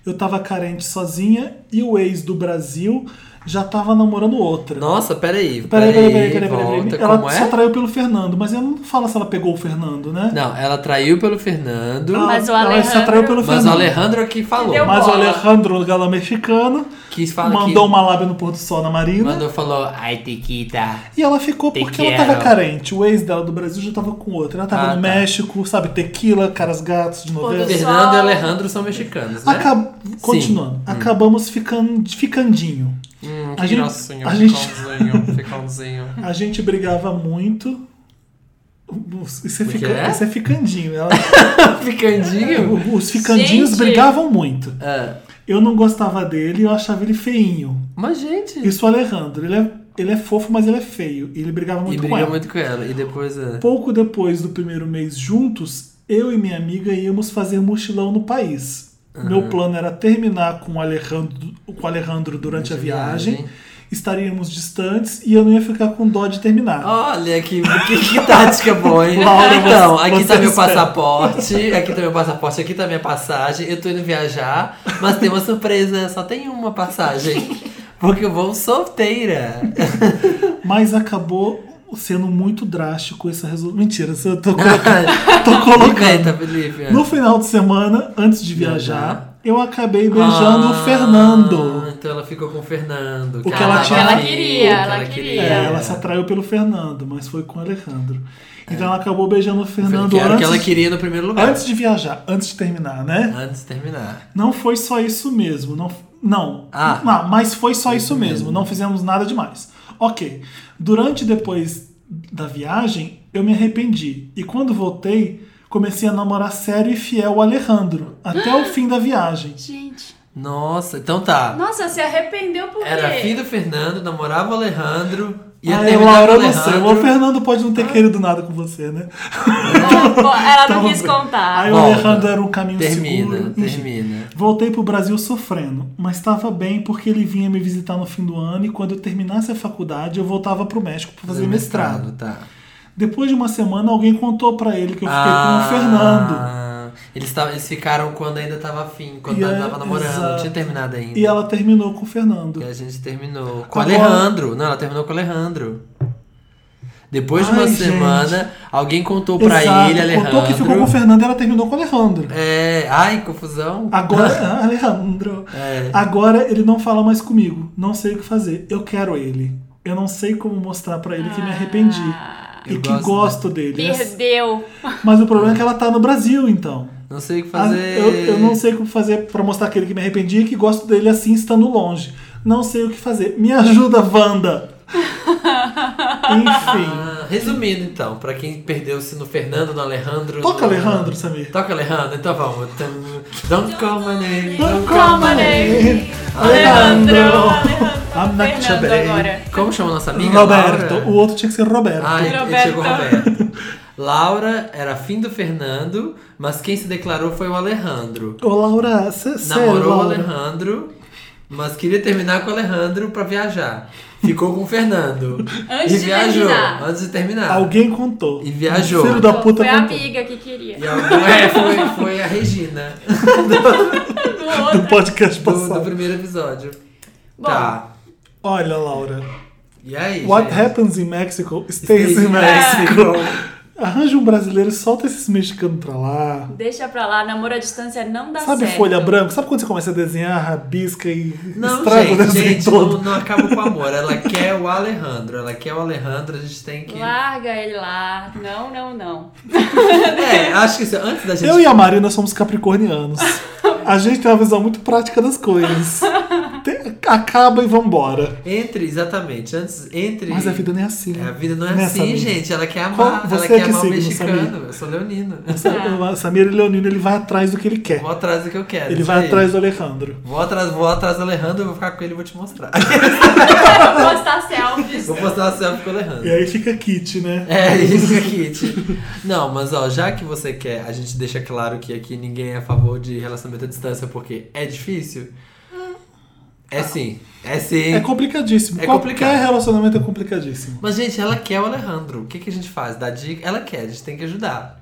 Speaker 1: Eu tava carente sozinha e o ex do Brasil já tava namorando outra.
Speaker 2: Nossa, peraí.
Speaker 1: Peraí, peraí, peraí, peraí, peraí.
Speaker 2: Volta,
Speaker 1: Ela
Speaker 2: como
Speaker 1: só
Speaker 2: é?
Speaker 1: traiu pelo Fernando, mas ela não fala se ela pegou o Fernando, né?
Speaker 2: Não, ela traiu pelo Fernando.
Speaker 1: Ela-
Speaker 3: Mas o
Speaker 1: Ela se atraiu pelo
Speaker 2: Mas o
Speaker 1: Ah, Fernando.
Speaker 2: Alejandro aqui falou.
Speaker 3: Deu
Speaker 1: Mas o
Speaker 3: Bola.
Speaker 1: Alejandro, galã mexicano,
Speaker 2: Que fala
Speaker 1: mandou
Speaker 2: que...
Speaker 1: uma lábia no pôr do sol na Marina.
Speaker 2: Mandou falou, ai, Tiquita.
Speaker 1: E ela ficou porque ela
Speaker 2: Tequila.
Speaker 1: tava carente. O ex dela do Brasil já tava com outro. Ela tava
Speaker 2: Ah,
Speaker 1: no
Speaker 2: tá.
Speaker 1: México, sabe? Tequila, caras gatos de novela.
Speaker 3: Pessoal.
Speaker 2: Fernando e Alejandro são mexicanos, né?
Speaker 1: Acab- Continuando. Acabamos ficando, ficandinho.
Speaker 2: Hum,
Speaker 1: A gente-
Speaker 2: grossinho,
Speaker 1: a gente-
Speaker 2: ficãozinho, ficãozinho.
Speaker 1: A gente brigava muito. Isso é,
Speaker 2: Como que
Speaker 1: fica-
Speaker 2: é?
Speaker 1: isso é ficandinho. Ela- Tá
Speaker 2: Ficandinho?
Speaker 1: os ficandinhos
Speaker 3: Gente.
Speaker 1: brigavam muito.
Speaker 2: Ah,
Speaker 1: Eu não gostava dele e eu achava ele feinho.
Speaker 2: mas, gente...
Speaker 1: Isso o Alejandro. Ele é, ele é fofo, mas ele é feio. E ele brigava
Speaker 2: E
Speaker 1: muito com
Speaker 2: briga
Speaker 1: ela.
Speaker 2: muito com ela. E depois... é.
Speaker 1: Pouco depois do primeiro mês juntos, eu e minha amiga íamos fazer mochilão no país. Meu plano era terminar com o Alejandro, com o Alejandro durante a viagem.
Speaker 2: viagem.
Speaker 1: Estaríamos distantes e eu não ia ficar com dó de terminar.
Speaker 2: Olha que, que, que tática boa, hein?
Speaker 1: Laura, você-
Speaker 2: então, aqui
Speaker 1: você
Speaker 2: tá meu
Speaker 1: espera.
Speaker 2: passaporte, aqui tá meu passaporte, aqui tá minha passagem. Eu tô indo viajar, mas tem uma surpresa, só tem uma passagem. Porque eu vou solteira.
Speaker 1: Mas acabou sendo muito drástico essa resolução. Mentira, eu tô colocando. tô colocando.
Speaker 2: Inventa, Felipe.
Speaker 1: No final de semana, antes de viajar, eu acabei beijando o
Speaker 2: Ah,
Speaker 1: Fernando.
Speaker 2: Então ela ficou com o Fernando.
Speaker 1: que ela tinha-
Speaker 2: tava
Speaker 1: Ela
Speaker 2: afim,
Speaker 3: queria,
Speaker 2: o que
Speaker 3: ela queria.
Speaker 1: É,
Speaker 3: É.
Speaker 1: ela se atraiu pelo Fernando, mas foi com o Alejandro. Então ela acabou beijando o Fernando
Speaker 2: Que era o É. que ela
Speaker 1: antes,
Speaker 2: queria Ah. no primeiro lugar.
Speaker 1: antes de viajar, antes de terminar, né?
Speaker 2: Antes de terminar.
Speaker 1: Não foi só isso mesmo. Não, não,
Speaker 2: Ah.
Speaker 1: não mas foi só isso mesmo. Não fizemos nada demais. Ok. Durante e depois da viagem, eu me arrependi. E quando voltei, comecei a namorar sério e fiel o Alejandro. Até o fim da viagem.
Speaker 3: Gente.
Speaker 2: Nossa, então tá.
Speaker 3: Nossa, se arrependeu por quê?
Speaker 2: Era filho do Fernando, namorava o Alejandro. Ia
Speaker 1: Ai,
Speaker 2: terminar
Speaker 1: Laura,
Speaker 2: com
Speaker 1: Ah, eu
Speaker 2: o
Speaker 1: não sei.
Speaker 2: Alejandro.
Speaker 1: O Fernando pode não ter querido nada com você, né?
Speaker 3: Ela não
Speaker 1: Tava
Speaker 3: quis
Speaker 1: bem.
Speaker 3: contar.
Speaker 1: Aí o
Speaker 2: Volta.
Speaker 1: Alejandro era um caminho
Speaker 2: Termina,
Speaker 1: seguro. Enfim.
Speaker 2: termina.
Speaker 1: Voltei pro Brasil sofrendo, mas estava bem porque ele vinha me visitar no fim do ano e quando eu terminasse a faculdade eu voltava pro México para fazer mestrado.
Speaker 2: tá.
Speaker 1: Depois de uma semana alguém contou para ele que eu fiquei
Speaker 2: Ah,
Speaker 1: com o Fernando.
Speaker 2: Eles, tavam- eles ficaram quando ainda tava afim, quando
Speaker 1: E
Speaker 2: ela
Speaker 1: é-
Speaker 2: tava namorando, não
Speaker 1: exato.
Speaker 2: tinha terminado ainda.
Speaker 1: E ela terminou com o Fernando.
Speaker 2: E a gente terminou com o
Speaker 1: Agora-
Speaker 2: Alejandro. Não, ela terminou com o Alejandro. Depois de uma
Speaker 1: Ai, gente.
Speaker 2: semana, alguém contou pra
Speaker 1: Exato,
Speaker 2: ele, Alejandro.
Speaker 1: Contou que ficou com o Fernando e ela terminou com o Alejandro.
Speaker 2: É. Ai, confusão.
Speaker 1: Agora, Ah, Alejandro.
Speaker 2: É.
Speaker 1: Agora ele não fala mais comigo. Não sei o que fazer. Eu quero ele. Eu não sei como mostrar pra ele que me arrependi.
Speaker 2: Eu
Speaker 3: Ah.
Speaker 1: e que
Speaker 2: gosto
Speaker 1: gosto dele.
Speaker 3: Perdeu.
Speaker 1: Mas o problema é que ela tá no Brasil, então.
Speaker 2: Não sei o que
Speaker 1: Ah,
Speaker 2: fazer.
Speaker 1: Eu, eu não sei como fazer pra mostrar aquele que me arrependi e que gosto dele assim estando longe. Não sei o que fazer. Me ajuda, Wanda! Enfim.
Speaker 2: Ah, resumindo, então, pra quem perdeu-se no Fernando, no Alejandro.
Speaker 1: Toca
Speaker 2: no-
Speaker 1: Alejandro, Samir.
Speaker 2: Toca Alejandro, então vamos. Don't call my name.
Speaker 1: Don't
Speaker 3: call my name, Alejandro.
Speaker 1: I'm not
Speaker 3: Fernando
Speaker 1: Chabé.
Speaker 3: agora.
Speaker 2: Como chama nossa amiga?
Speaker 1: Roberto.
Speaker 2: Laura?
Speaker 1: O outro tinha que ser Roberto.
Speaker 2: Ai, ele
Speaker 3: Roberto.
Speaker 2: chegou Roberto. Laura era fim do Fernando, mas quem se declarou foi o Alejandro.
Speaker 1: Ô, Laura, sé- sério,
Speaker 2: Namorou o
Speaker 1: Laura.
Speaker 2: Alejandro, mas queria terminar com o Alejandro pra viajar. Ficou com o Fernando.
Speaker 3: Antes
Speaker 2: e
Speaker 3: de
Speaker 2: viajou.
Speaker 3: terminar.
Speaker 2: Antes de terminar.
Speaker 1: Alguém contou.
Speaker 2: E viajou.
Speaker 1: Filho da puta
Speaker 3: Foi a
Speaker 1: contou.
Speaker 3: amiga que queria.
Speaker 2: E algum- é, foi, foi a Regina
Speaker 3: Do outro.
Speaker 1: Do podcast
Speaker 2: do, do
Speaker 1: passado.
Speaker 2: primeiro episódio.
Speaker 3: Bom,
Speaker 2: Tá.
Speaker 1: Olha, Laura.
Speaker 2: E aí?
Speaker 1: What
Speaker 2: gente?
Speaker 1: happens in Mexico stays,
Speaker 2: Stays in
Speaker 1: in Mexico.
Speaker 2: Mexico.
Speaker 1: Arranja um brasileiro e solta esses mexicanos pra lá.
Speaker 3: deixa pra lá, namoro à distância não dá
Speaker 1: Sabe
Speaker 3: Tá certo.
Speaker 1: folha branca? Sabe quando você começa a desenhar, rabisca e
Speaker 2: Não,
Speaker 1: estraga o
Speaker 2: gente,
Speaker 1: desenho
Speaker 2: gente
Speaker 1: todo?
Speaker 2: não, não acaba com o amor. Ela quer o Alejandro. Ela quer o Alejandro, a gente tem que.
Speaker 3: Larga ele lá. Não, não, não.
Speaker 2: É, acho que isso- antes da gente.
Speaker 1: Eu e a Marina somos capricornianos. A gente tem uma visão muito prática das coisas. Te- acaba e vambora.
Speaker 2: Entre, exatamente. Antes, entre.
Speaker 1: Mas a vida nem é assim.
Speaker 2: É, a vida não é
Speaker 1: Né,
Speaker 2: assim,
Speaker 1: Samir?
Speaker 2: gente. Ela quer amar.
Speaker 1: Qual-
Speaker 2: ela
Speaker 1: você
Speaker 2: quer
Speaker 1: é que
Speaker 2: amar o
Speaker 1: signo,
Speaker 2: mexicano.
Speaker 1: Samir?
Speaker 2: Eu sou leonina.
Speaker 1: O Samir Leonino ele vai atrás do que ele quer.
Speaker 2: Vou atrás do que eu quero.
Speaker 1: Ele
Speaker 2: isso
Speaker 1: vai
Speaker 2: aí.
Speaker 1: atrás do Alejandro.
Speaker 2: Vou atrás, vou atrás do Alejandro, eu vou ficar com ele e vou te mostrar.
Speaker 3: Postar selfies.
Speaker 2: vou postar uma selfie com o Alejandro.
Speaker 1: E aí fica Kit, né?
Speaker 2: É isso, Kit. Não, mas ó, já que você quer, a gente deixa claro que aqui ninguém é a favor de relacionamento à distância porque é difícil. É sim, é sim.
Speaker 1: É complicadíssimo.
Speaker 2: É
Speaker 1: Qualquer
Speaker 2: complicado.
Speaker 1: relacionamento é complicadíssimo.
Speaker 2: Mas, gente, ela quer o Alejandro. O que, que a gente faz? Dá dica? Ela quer, a gente tem que ajudar.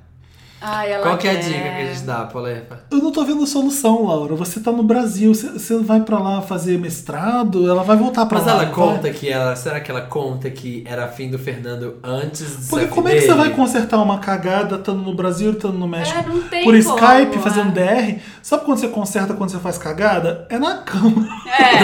Speaker 3: Ai, ela
Speaker 2: Qual que é a
Speaker 3: quer.
Speaker 2: dica que a gente dá pro Alejandro?
Speaker 1: Eu não tô vendo solução, Laura. Você tá no Brasil, você- você vai pra lá fazer mestrado, ela vai voltar pra
Speaker 2: Mas
Speaker 1: lá.
Speaker 2: ela
Speaker 1: não
Speaker 2: conta
Speaker 1: vai?
Speaker 2: que ela. Será que ela conta que era afim do Fernando antes de
Speaker 1: Porque
Speaker 2: ser
Speaker 1: como
Speaker 2: afim
Speaker 1: é que você
Speaker 2: dele?
Speaker 1: vai consertar uma cagada estando no Brasil, estando no México?
Speaker 3: É, não tem
Speaker 1: Por
Speaker 3: como,
Speaker 1: Skype,
Speaker 3: é.
Speaker 1: fazendo DR? Sabe quando você conserta quando você faz cagada? É na cama.
Speaker 3: É,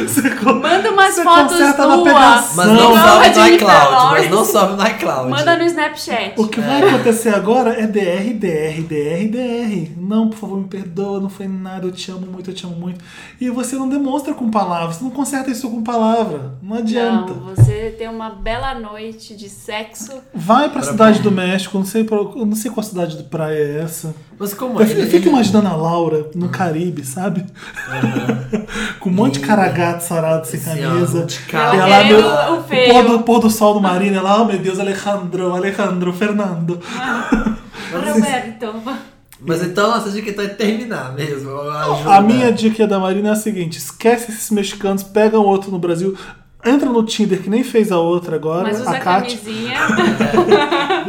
Speaker 1: Você con-
Speaker 3: manda umas
Speaker 1: você
Speaker 3: fotos
Speaker 1: conserta na
Speaker 3: nua.
Speaker 1: pegação.
Speaker 2: Mas não,
Speaker 3: Não,
Speaker 2: sobe
Speaker 3: a dica
Speaker 2: no iCloud. Mas
Speaker 3: Lawrence.
Speaker 2: não sobe no iCloud.
Speaker 3: manda no Snapchat.
Speaker 1: O que vai acontecer agora é DR, DR, DR, DR. Não, por favor, me perdoa, não foi nada, eu te amo muito, eu te amo muito. E você não demonstra com palavras, você não conserta isso com palavra. Não adianta.
Speaker 3: Não, você tem uma bela noite de sexo.
Speaker 1: Vai pra cidade do México, não sei, pra- eu não sei qual cidade de praia é essa.
Speaker 2: Mas como
Speaker 1: Eu
Speaker 2: é?
Speaker 1: fi- eu fico imaginando a Laura no Caribe, sabe? Com um monte de caragato sarado sem
Speaker 2: Assim, ó,
Speaker 1: camisa.
Speaker 2: de
Speaker 1: E
Speaker 2: cara.
Speaker 3: Ela
Speaker 1: ela, é
Speaker 3: querendo
Speaker 1: meu,
Speaker 3: o
Speaker 1: o
Speaker 3: feio.
Speaker 1: pôr do, pôr do sol do marino, ela, oh meu Deus, Alejandro, Alejandro, Fernando.
Speaker 3: Roberto.
Speaker 2: Mas então essa dica então é terminar mesmo. Ajuda. Né?
Speaker 1: A minha dica da Marina é a seguinte: esquece esses mexicanos, pega um outro no Brasil, entra no Tinder, que nem fez a outra agora,
Speaker 3: Mas usa
Speaker 1: a
Speaker 3: a
Speaker 1: Kátia,
Speaker 3: camisinha.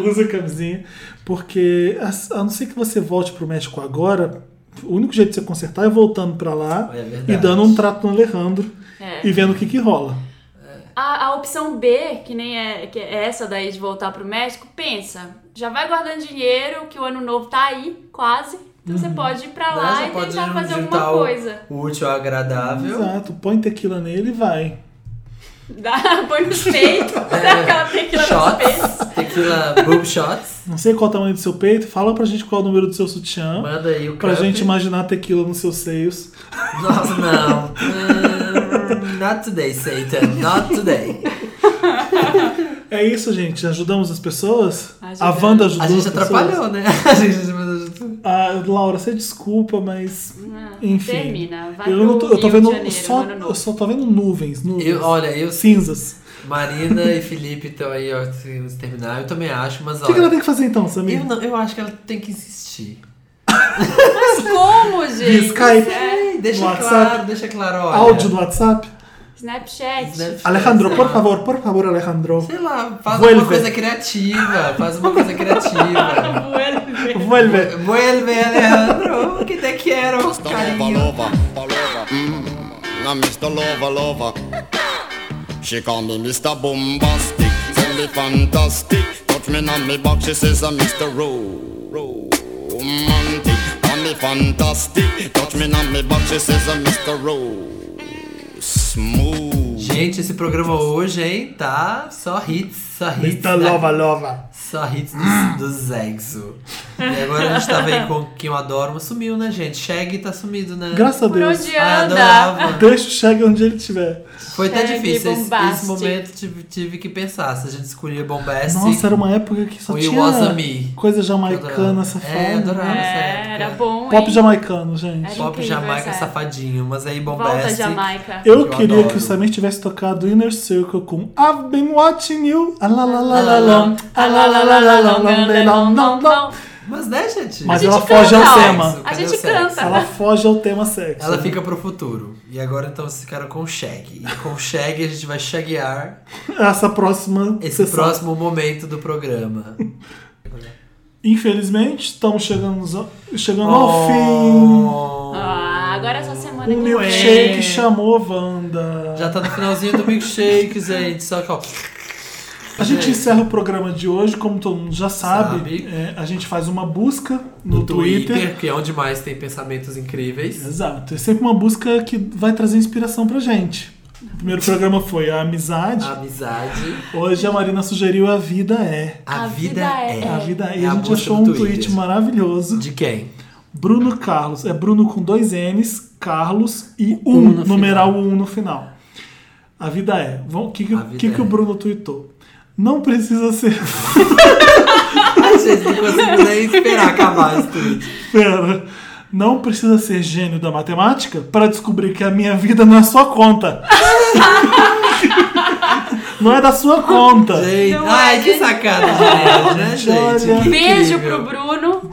Speaker 1: usa a camisinha, porque a, a não ser que você volte pro México agora, o único jeito de você consertar é voltando pra lá
Speaker 2: É verdade.
Speaker 1: e dando um trato no Alejandro
Speaker 3: É.
Speaker 1: e vendo o que que rola.
Speaker 3: A, a opção B, que nem é, que é essa daí de voltar pro México, pensa. Já vai guardando dinheiro, que o ano novo tá aí, quase. Então você pode ir
Speaker 2: Né?
Speaker 3: pra lá
Speaker 2: Você
Speaker 3: e
Speaker 2: pode
Speaker 3: tentar fazer
Speaker 2: juntar
Speaker 3: alguma
Speaker 2: o-
Speaker 3: coisa.
Speaker 2: O útil ao agradável.
Speaker 1: Exato, põe tequila nele e vai.
Speaker 3: Dá, põe nos peitos, dá aquela tequila nos peitos.
Speaker 2: É. Shots. Tequila boob shots.
Speaker 1: Não sei qual o tamanho do seu peito, fala pra gente qual é o número do seu sutiã.
Speaker 2: Manda um aí o
Speaker 1: Pra
Speaker 2: cup.
Speaker 1: gente imaginar tequila nos seus seios.
Speaker 2: Nossa, não. Hum, Not today, Satan. Not today.
Speaker 1: É isso, gente. Ajudamos as pessoas. A
Speaker 3: Ajudamos.
Speaker 1: Wanda ajudou
Speaker 2: A gente
Speaker 1: as pessoas.
Speaker 2: atrapalhou, né? A gente mas a gente-
Speaker 1: Ah, Laura, você desculpa, mas. enfim.
Speaker 3: termina. Vai
Speaker 1: eu
Speaker 3: pro
Speaker 1: não tô, eu tô
Speaker 3: Rio
Speaker 1: vendo
Speaker 3: de Janeiro,
Speaker 1: só,
Speaker 3: no ano novo.
Speaker 1: eu só tô vendo nuvens, nuvens.
Speaker 2: Eu- olha, eu
Speaker 1: cinzas.
Speaker 2: Marina e Felipe estão aí, ó, se se terminar. Eu também acho, mas
Speaker 1: O que, que ela
Speaker 2: olha.
Speaker 1: tem que fazer então, Samir?
Speaker 2: Eu, não, eu acho que ela tem que insistir.
Speaker 3: Mas como, gente?
Speaker 1: Skype.
Speaker 3: É.
Speaker 2: Ei, Deixa
Speaker 1: No WhatsApp.
Speaker 2: claro, deixa claro, olha.
Speaker 1: Áudio do WhatsApp?
Speaker 3: Snapchat.
Speaker 2: Snapchat.
Speaker 1: Alejandro, por favor, por favor, Alejandro.
Speaker 2: Sei lá, faz
Speaker 1: Vuelve.
Speaker 2: uma coisa criativa. Faz uma coisa
Speaker 3: Tá
Speaker 2: criativa.
Speaker 1: Vuelve.
Speaker 2: Vuelve, Alejandro, que te quero, carinho.
Speaker 8: Lover, lover, mm, I'm Mr. Lover, lover. She call me Mr. Bombastic, tell me fantastic. Touch me on me back, she says I'm Mr. Ro- Ro- Romantic. Call me fantastic, touch me on me back, she says I'm Mr. Ro- Smooth.
Speaker 2: Gente, esse programa hoje, hein, tá só hits, só hits.
Speaker 1: Mr.
Speaker 2: né?
Speaker 1: Lova Lova.
Speaker 2: Só hits do, do sexo. E agora a gente tava aí com quem eu adoro, mas sumiu, né, gente? Shag tá sumido, né?
Speaker 1: Graças a
Speaker 3: Por
Speaker 1: Deus.
Speaker 3: onde é?
Speaker 2: Ah,
Speaker 3: anda?
Speaker 2: adorava.
Speaker 1: Deixa o Shaggy onde ele estiver.
Speaker 2: Foi até
Speaker 3: Shag,
Speaker 2: difícil. Esse, esse
Speaker 3: bombastic.
Speaker 2: momento tive, tive que pensar se a gente escolhia Bombastic.
Speaker 1: Nossa, era uma época que só
Speaker 2: We was a me.
Speaker 1: tinha coisa
Speaker 2: Adorava.
Speaker 1: jamaicana, safada.
Speaker 2: É, adorava
Speaker 1: né?
Speaker 2: essa
Speaker 3: É,
Speaker 2: época.
Speaker 3: era bom,
Speaker 1: Pop
Speaker 3: hein?
Speaker 1: jamaicano, gente.
Speaker 3: Era
Speaker 2: Pop
Speaker 3: incrível
Speaker 2: Jamaica
Speaker 3: essa época.
Speaker 2: safadinho, mas aí
Speaker 3: Volta,
Speaker 2: Bombastic.
Speaker 3: Jamaica.
Speaker 1: Eu,
Speaker 2: Eu
Speaker 1: queria
Speaker 2: adoro.
Speaker 1: que o Samir tivesse tocado Inner Circle com I've been watching you. Ah,
Speaker 3: Ah,
Speaker 1: alalalalala, alalalalala,
Speaker 2: Mas né, gente?
Speaker 1: Mas
Speaker 3: A gente
Speaker 1: ela foge
Speaker 3: canta,
Speaker 1: ao
Speaker 3: ó.
Speaker 1: tema.
Speaker 3: A
Speaker 2: Cadê o
Speaker 3: gente
Speaker 2: sexo?
Speaker 3: canta.
Speaker 1: Ela foge ao tema sexo.
Speaker 2: Ela fica pro futuro. E agora então vocês ficaram com o Shag. E com o Shag a gente vai shaguear
Speaker 1: Essa próxima
Speaker 2: esse
Speaker 1: sessão.
Speaker 2: próximo momento do programa.
Speaker 1: Infelizmente, estamos chegando, chegando ao fim.
Speaker 2: Oh.
Speaker 3: Ah, agora essa semana semana
Speaker 1: O
Speaker 3: que vem.
Speaker 2: é
Speaker 1: milkshake chamou Wanda.
Speaker 2: Já tá no finalzinho do milkshake, gente. Só que, ó.
Speaker 1: A gente encerra o programa de hoje, como todo mundo já sabe.
Speaker 2: É. Sabe.
Speaker 1: é, a gente faz uma busca no,
Speaker 2: No Twitter,
Speaker 1: Twitter.
Speaker 2: que é onde mais tem pensamentos incríveis.
Speaker 1: Exato. É sempre uma busca que vai trazer inspiração pra gente. O primeiro programa foi a amizade.
Speaker 2: A amizade.
Speaker 1: Hoje a Marina sugeriu a vida é.
Speaker 2: A,
Speaker 3: A
Speaker 2: vida,
Speaker 3: vida
Speaker 2: é.
Speaker 1: A vida é. E
Speaker 2: É a
Speaker 1: a gente
Speaker 2: busca
Speaker 1: achou
Speaker 2: do
Speaker 1: um
Speaker 2: Twitter.
Speaker 1: tweet maravilhoso.
Speaker 2: De quem?
Speaker 1: Bruno Carlos. É Bruno com dois N's, Carlos e um,
Speaker 2: Um no
Speaker 1: numeral um no final. A vida é. O que, que,
Speaker 2: A vida
Speaker 1: que, que
Speaker 2: é.
Speaker 1: o Bruno tweetou? Não precisa ser
Speaker 2: Ai, gente, não consigo nem esperar acabar esse tweet.
Speaker 1: Pera. Não precisa ser gênio da matemática para descobrir que a minha vida não é sua conta. não é da sua conta.
Speaker 2: Gente,
Speaker 3: Não
Speaker 2: ai,
Speaker 3: é,
Speaker 2: que
Speaker 3: gente.
Speaker 2: sacada de né,
Speaker 1: Olha.
Speaker 2: gente? Que
Speaker 3: Beijo
Speaker 2: incrível.
Speaker 3: pro Bruno.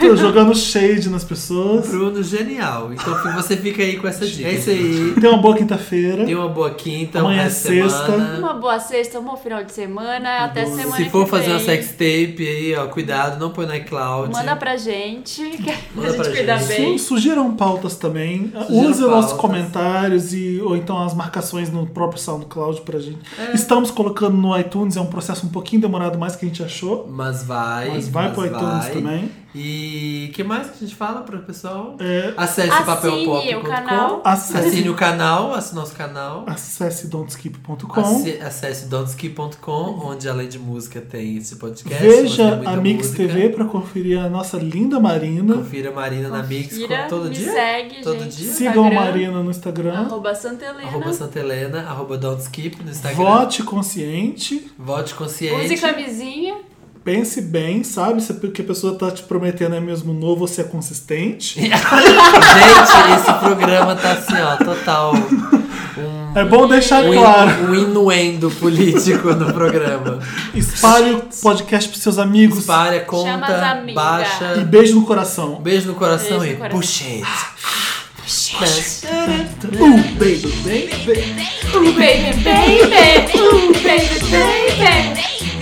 Speaker 1: Tô jogando shade nas pessoas.
Speaker 2: Bruno, genial. Então fi- você fica aí com essa dica. É isso aí.
Speaker 1: Tenha uma boa quinta-feira.
Speaker 2: Tenha uma boa quinta,
Speaker 1: Amanhã
Speaker 2: uma
Speaker 1: é sexta.
Speaker 2: semana.
Speaker 3: Uma boa sexta, um bom final de semana. Até semana
Speaker 2: Se for
Speaker 3: é que
Speaker 2: fazer
Speaker 3: vem.
Speaker 2: uma sextape aí, ó, cuidado, não põe na iCloud.
Speaker 3: Manda pra gente, que
Speaker 2: Manda
Speaker 3: a gente
Speaker 2: pra
Speaker 3: cuida
Speaker 2: gente.
Speaker 3: bem.
Speaker 1: Su- Sugiram pautas também.
Speaker 2: Sugiram
Speaker 1: Use nossos
Speaker 2: pautas.
Speaker 1: comentários e ou então as marcações no próprio SoundCloud pra gente.
Speaker 2: É.
Speaker 1: Estamos colocando no iTunes, é um processo um pouquinho demorado mais que a gente achou.
Speaker 2: Mas vai.
Speaker 1: Mas vai pro iTunes
Speaker 2: vai.
Speaker 1: também.
Speaker 2: E o que mais que a gente fala pro pessoal?
Speaker 1: É.
Speaker 2: Acesse
Speaker 3: Assine
Speaker 2: papelpop.com.
Speaker 3: o canal.
Speaker 1: Acesse.
Speaker 2: Assine o canal, assine nosso canal.
Speaker 1: Acesse don'tskip.com.
Speaker 2: Ace- Acesse donski.com, onde além de música tem esse podcast. é você tem
Speaker 1: Veja
Speaker 2: muita
Speaker 1: a Mix
Speaker 2: música.
Speaker 1: TV pra conferir a nossa linda Marina.
Speaker 2: Confira a Marina na Mix
Speaker 3: Confira,
Speaker 2: com- todo
Speaker 3: me
Speaker 2: dia.
Speaker 3: segue,
Speaker 2: todo
Speaker 3: gente.
Speaker 2: dia.
Speaker 1: Sigam a
Speaker 3: Instagram.
Speaker 1: Marina no Instagram.
Speaker 3: Arroba Santa Helena.
Speaker 2: Arroba Santa Helena, arroba Don't Skip no Instagram.
Speaker 1: Vote consciente.
Speaker 2: Vote consciente.
Speaker 3: Use camisinha.
Speaker 1: Pense bem, sabe? Se o que a pessoa tá te prometendo é mesmo novo, você é consistente.
Speaker 2: Gente, esse programa tá assim, ó, total.
Speaker 1: É bom deixar
Speaker 2: Um, in-
Speaker 1: claro.
Speaker 2: um inuendo político no programa.
Speaker 1: Espalhe o podcast pros seus amigos.
Speaker 2: Espalha,
Speaker 3: Chama as
Speaker 2: conta,
Speaker 3: amigas.
Speaker 1: E
Speaker 2: baixa.
Speaker 1: beijo no coração.
Speaker 2: Um beijo no coração
Speaker 3: Beijo
Speaker 2: e
Speaker 3: no coração. Ah,
Speaker 2: puxa it.
Speaker 1: Um beijo, beijo, beijo.
Speaker 3: Ooh, baby, baby. Ooh, baby, baby.